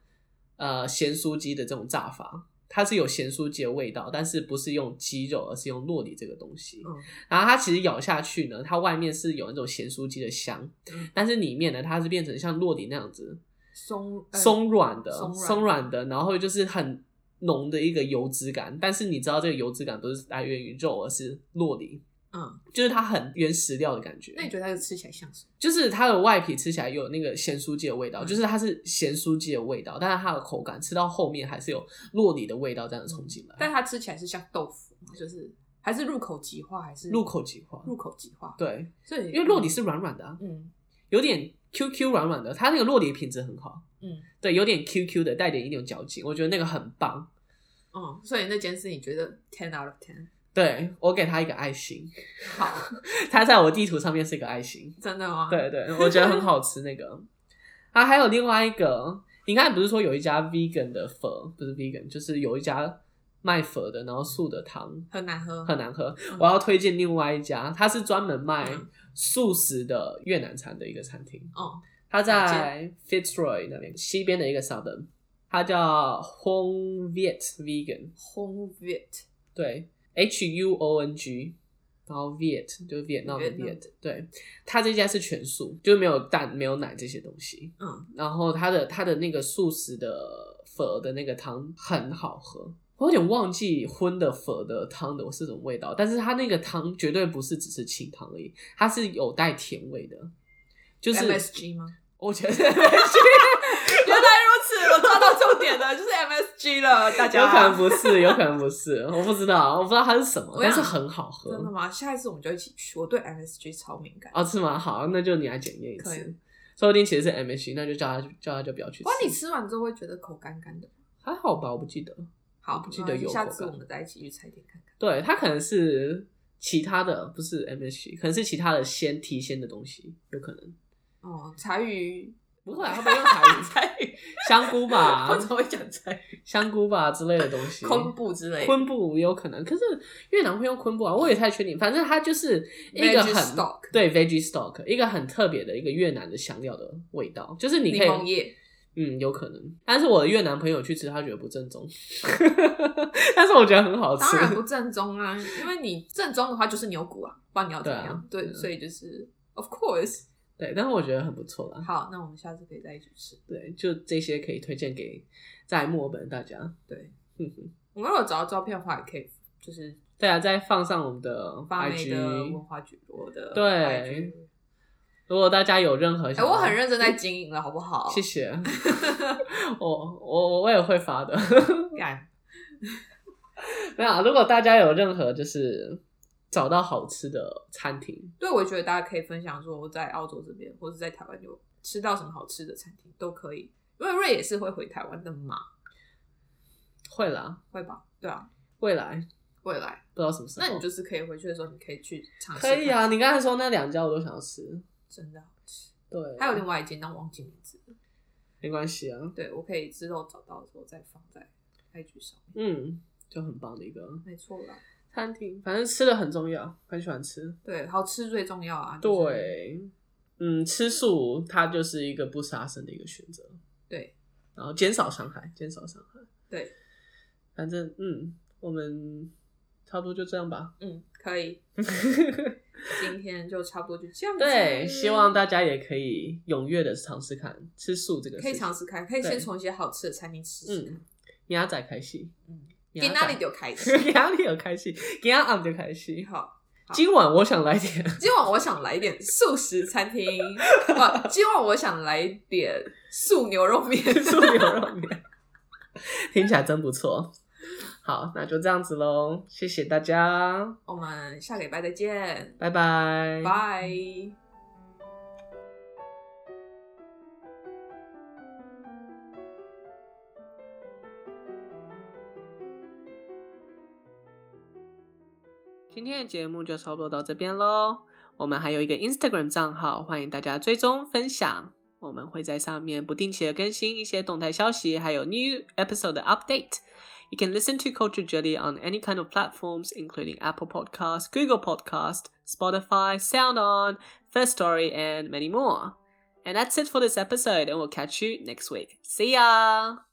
Speaker 1: 呃咸酥鸡的这种炸法。它是有咸酥鸡的味道，但是不是用鸡肉，而是用洛梨这个东西。
Speaker 2: 嗯
Speaker 1: 然后它其实咬下去呢，它外面是有那种咸酥鸡的香，
Speaker 2: 嗯
Speaker 1: 但是里面呢，它是变成像洛梨那样子
Speaker 2: 松呃
Speaker 1: 松软的、
Speaker 2: 松软
Speaker 1: 松软的，然后就是很浓的一个油脂感。但是你知道这个油脂感不是来源于肉，而是洛梨，
Speaker 2: 嗯，
Speaker 1: 就是它很原始料的感觉。
Speaker 2: 那你觉得它吃起来像什么？
Speaker 1: 就是它的外皮吃起来有那个咸酥鸡的味道，
Speaker 2: 嗯
Speaker 1: 就是它是咸酥鸡的味道，但是它的口感吃到后面还是有洛梨的味道这样冲进来，
Speaker 2: 但它吃起来是像豆腐吗，就是还是入口即化，还是
Speaker 1: 入口即化。
Speaker 2: 入口即化？
Speaker 1: 对，
Speaker 2: 所以
Speaker 1: 因为洛梨是软软的啊，
Speaker 2: 嗯
Speaker 1: 有点 QQ 软软的，它那个洛梨品质很好，
Speaker 2: 嗯
Speaker 1: 对，有点 QQ 的，带点一点嚼劲，我觉得那个很棒。
Speaker 2: 嗯，所以那件事你觉得 ten out of ten
Speaker 1: 对我给他一个爱心， [LAUGHS]
Speaker 2: 好，
Speaker 1: 他在我地图上面是一个爱心。
Speaker 2: 真的吗？，
Speaker 1: 对
Speaker 2: [LAUGHS]
Speaker 1: 对，我觉得很好吃那个。啊，还有另外一个，你刚才不是说有一家 vegan 的粉，不是 vegan，就是有一家卖粉的，然后素的汤
Speaker 2: 很难喝，
Speaker 1: 很难喝
Speaker 2: 嗯。
Speaker 1: 我要推荐另外一家，它是专门卖
Speaker 2: 嗯
Speaker 1: 素食的越南餐的一个餐厅，
Speaker 2: 哦
Speaker 1: 它在 Fitzroy 那边西边的一个 suburb，它叫 Hong Viet Vegan。
Speaker 2: ，home viet
Speaker 1: 对，H U O N G，然后 Viet 就是 Vietnam 的
Speaker 2: Vietnam
Speaker 1: Viet，对，它这家是全素，就是没有蛋、没有奶这些东西。
Speaker 2: 嗯
Speaker 1: 然后它的它的那个素食的粉的那个汤很好喝，我有点忘记荤的粉的汤的是什么味道，但是它那个汤绝对不是只是清汤而已，它是有带甜味的，就是
Speaker 2: MSG 吗？
Speaker 1: 我觉得
Speaker 2: 原来如此，我抓到
Speaker 1: [LAUGHS]
Speaker 2: 重点了，就是 MSG 了，大家。
Speaker 1: 有可能不
Speaker 2: [LAUGHS]
Speaker 1: 是，有可能不是，我不知道，我不知道它是什么，
Speaker 2: 我
Speaker 1: 但
Speaker 2: 想
Speaker 1: 是很好喝，
Speaker 2: 真的吗？下一次我们就一起去。我对 MSG 超敏感。
Speaker 1: 哦，是吗？好，那就你来检验一
Speaker 2: 可以
Speaker 1: 次。说不定其实是 MSG，那就叫他叫他就不要去吃
Speaker 2: 哇，。你吃完之后会觉得口干干的。
Speaker 1: 还好吧，我不记得。
Speaker 2: 好，
Speaker 1: 不记得有口
Speaker 2: 没关系下
Speaker 1: 干
Speaker 2: 次我们再一起去踩点看看。
Speaker 1: 对，它可能是其他的，不是 MSG，可能是其他的先提鲜的东西，有可能。
Speaker 2: 哦，柴鱼，
Speaker 1: 不 [LAUGHS] 会啊，他不用柴鱼，
Speaker 2: 柴鱼，
Speaker 1: [LAUGHS] 香菇吧
Speaker 2: [LAUGHS] 我，怎么会讲柴鱼？
Speaker 1: 香菇吧之类的东西。
Speaker 2: 昆布之类的。
Speaker 1: 昆布也有可能，可是越南会用昆布啊，我也不太确定。反正它就是一个
Speaker 2: Veggie
Speaker 1: 很
Speaker 2: stock
Speaker 1: 对 veggie stock 一个很特别的一个越南的香料的味道，就是你
Speaker 2: 柠
Speaker 1: 可以
Speaker 2: 檬叶，
Speaker 1: 嗯，有可能。但是我的越南朋友去吃，他觉得不正宗， [LAUGHS] 但是我觉得很好吃
Speaker 2: 当。然不正宗啊，因为你正宗的话就是牛骨啊，不然你要怎么样？
Speaker 1: 对啊
Speaker 2: 对，
Speaker 1: 对啊
Speaker 2: 所以就是 of course。
Speaker 1: 对，但是我觉得很不错啦。
Speaker 2: 好，那我们下次可以再一起吃。
Speaker 1: 对，就这些可以推荐给在墨尔本的大家。
Speaker 2: 对，
Speaker 1: 哼哼
Speaker 2: 我们如果找到照片的话，也可以就是
Speaker 1: 对啊，再放上我们的
Speaker 2: 发霉的
Speaker 1: IG
Speaker 2: 文。化局，我的
Speaker 1: 对
Speaker 2: IG
Speaker 1: 如果大家有任何
Speaker 2: 哎、
Speaker 1: 想法，
Speaker 2: 我很认真在经营了，好不好？
Speaker 1: 谢谢。 [LAUGHS] 我我我也会发的。
Speaker 2: 干
Speaker 1: [LAUGHS] 没有啊，如果大家有任何就是找到好吃的餐厅，
Speaker 2: 对，我也觉得大家可以分享说，在澳洲这边或者在台湾有吃到什么好吃的餐厅都可以，因为瑞也是会回台湾的嘛，
Speaker 1: 会啦，
Speaker 2: 会吧？对啊，
Speaker 1: 未来
Speaker 2: 未来，
Speaker 1: 不知道什么时候。
Speaker 2: 那你就是可以回去的时候，你可以去尝试。
Speaker 1: 哦可以，啊，你刚才说那两家我都想要吃。
Speaker 2: 真的好吃。
Speaker 1: 对，
Speaker 2: 还有另外一间，但我忘记名字了。
Speaker 1: 没关系啊，
Speaker 2: 对，我可以之后找到的时候再放在 IG 上面。
Speaker 1: 嗯，就很棒的一个
Speaker 2: 没错啦，
Speaker 1: 餐厅，反正吃的很重要，很喜欢吃。
Speaker 2: 对，好吃最重要啊。就是、
Speaker 1: 对，嗯，吃素它就是一个不杀生的一个选择，
Speaker 2: 对
Speaker 1: 然后减少伤害，减少伤害。
Speaker 2: 对，
Speaker 1: 反正嗯，我们差不多就这样吧。 [LAUGHS]
Speaker 2: 嗯，可以。今天就差不多就这样子。
Speaker 1: 对，希望大家也可以踊跃的尝试看吃素这个
Speaker 2: 可
Speaker 1: 事
Speaker 2: 以
Speaker 1: 情
Speaker 2: 尝，试看，可以
Speaker 1: 对嗯
Speaker 2: 先从一些好吃的餐厅吃吃看。
Speaker 1: 鸭仔开戏，
Speaker 2: 嗯，
Speaker 1: 鸭
Speaker 2: 给
Speaker 1: 仔
Speaker 2: 哪里就开
Speaker 1: [LAUGHS]
Speaker 2: 始。
Speaker 1: 今仔日有开戏，今仔暗就开
Speaker 2: 你
Speaker 1: 戏。
Speaker 2: 好，好
Speaker 1: 今晚我想来点，
Speaker 2: 今晚我想来一点素食餐厅，不，今晚我想来一点素牛肉面。
Speaker 1: 素牛肉面， [LAUGHS] 听起来真不错。好，那就这样子喽，谢谢大家，
Speaker 2: 我们下个礼拜再见，
Speaker 1: 拜拜，
Speaker 2: 拜。
Speaker 1: 今天的节目就差不多到这边喽。我们还有一个 Instagram 账号，欢迎大家追踪分享。我们会在上面不定期的更新一些动态消息，还有 new episode 的 update。You can listen to Culture Jelly on any kind of platforms, including Apple Podcast, Google Podcast, Spotify, SoundOn, First Story, and many more. And that's it for this episode, and we'll catch you next week. See ya!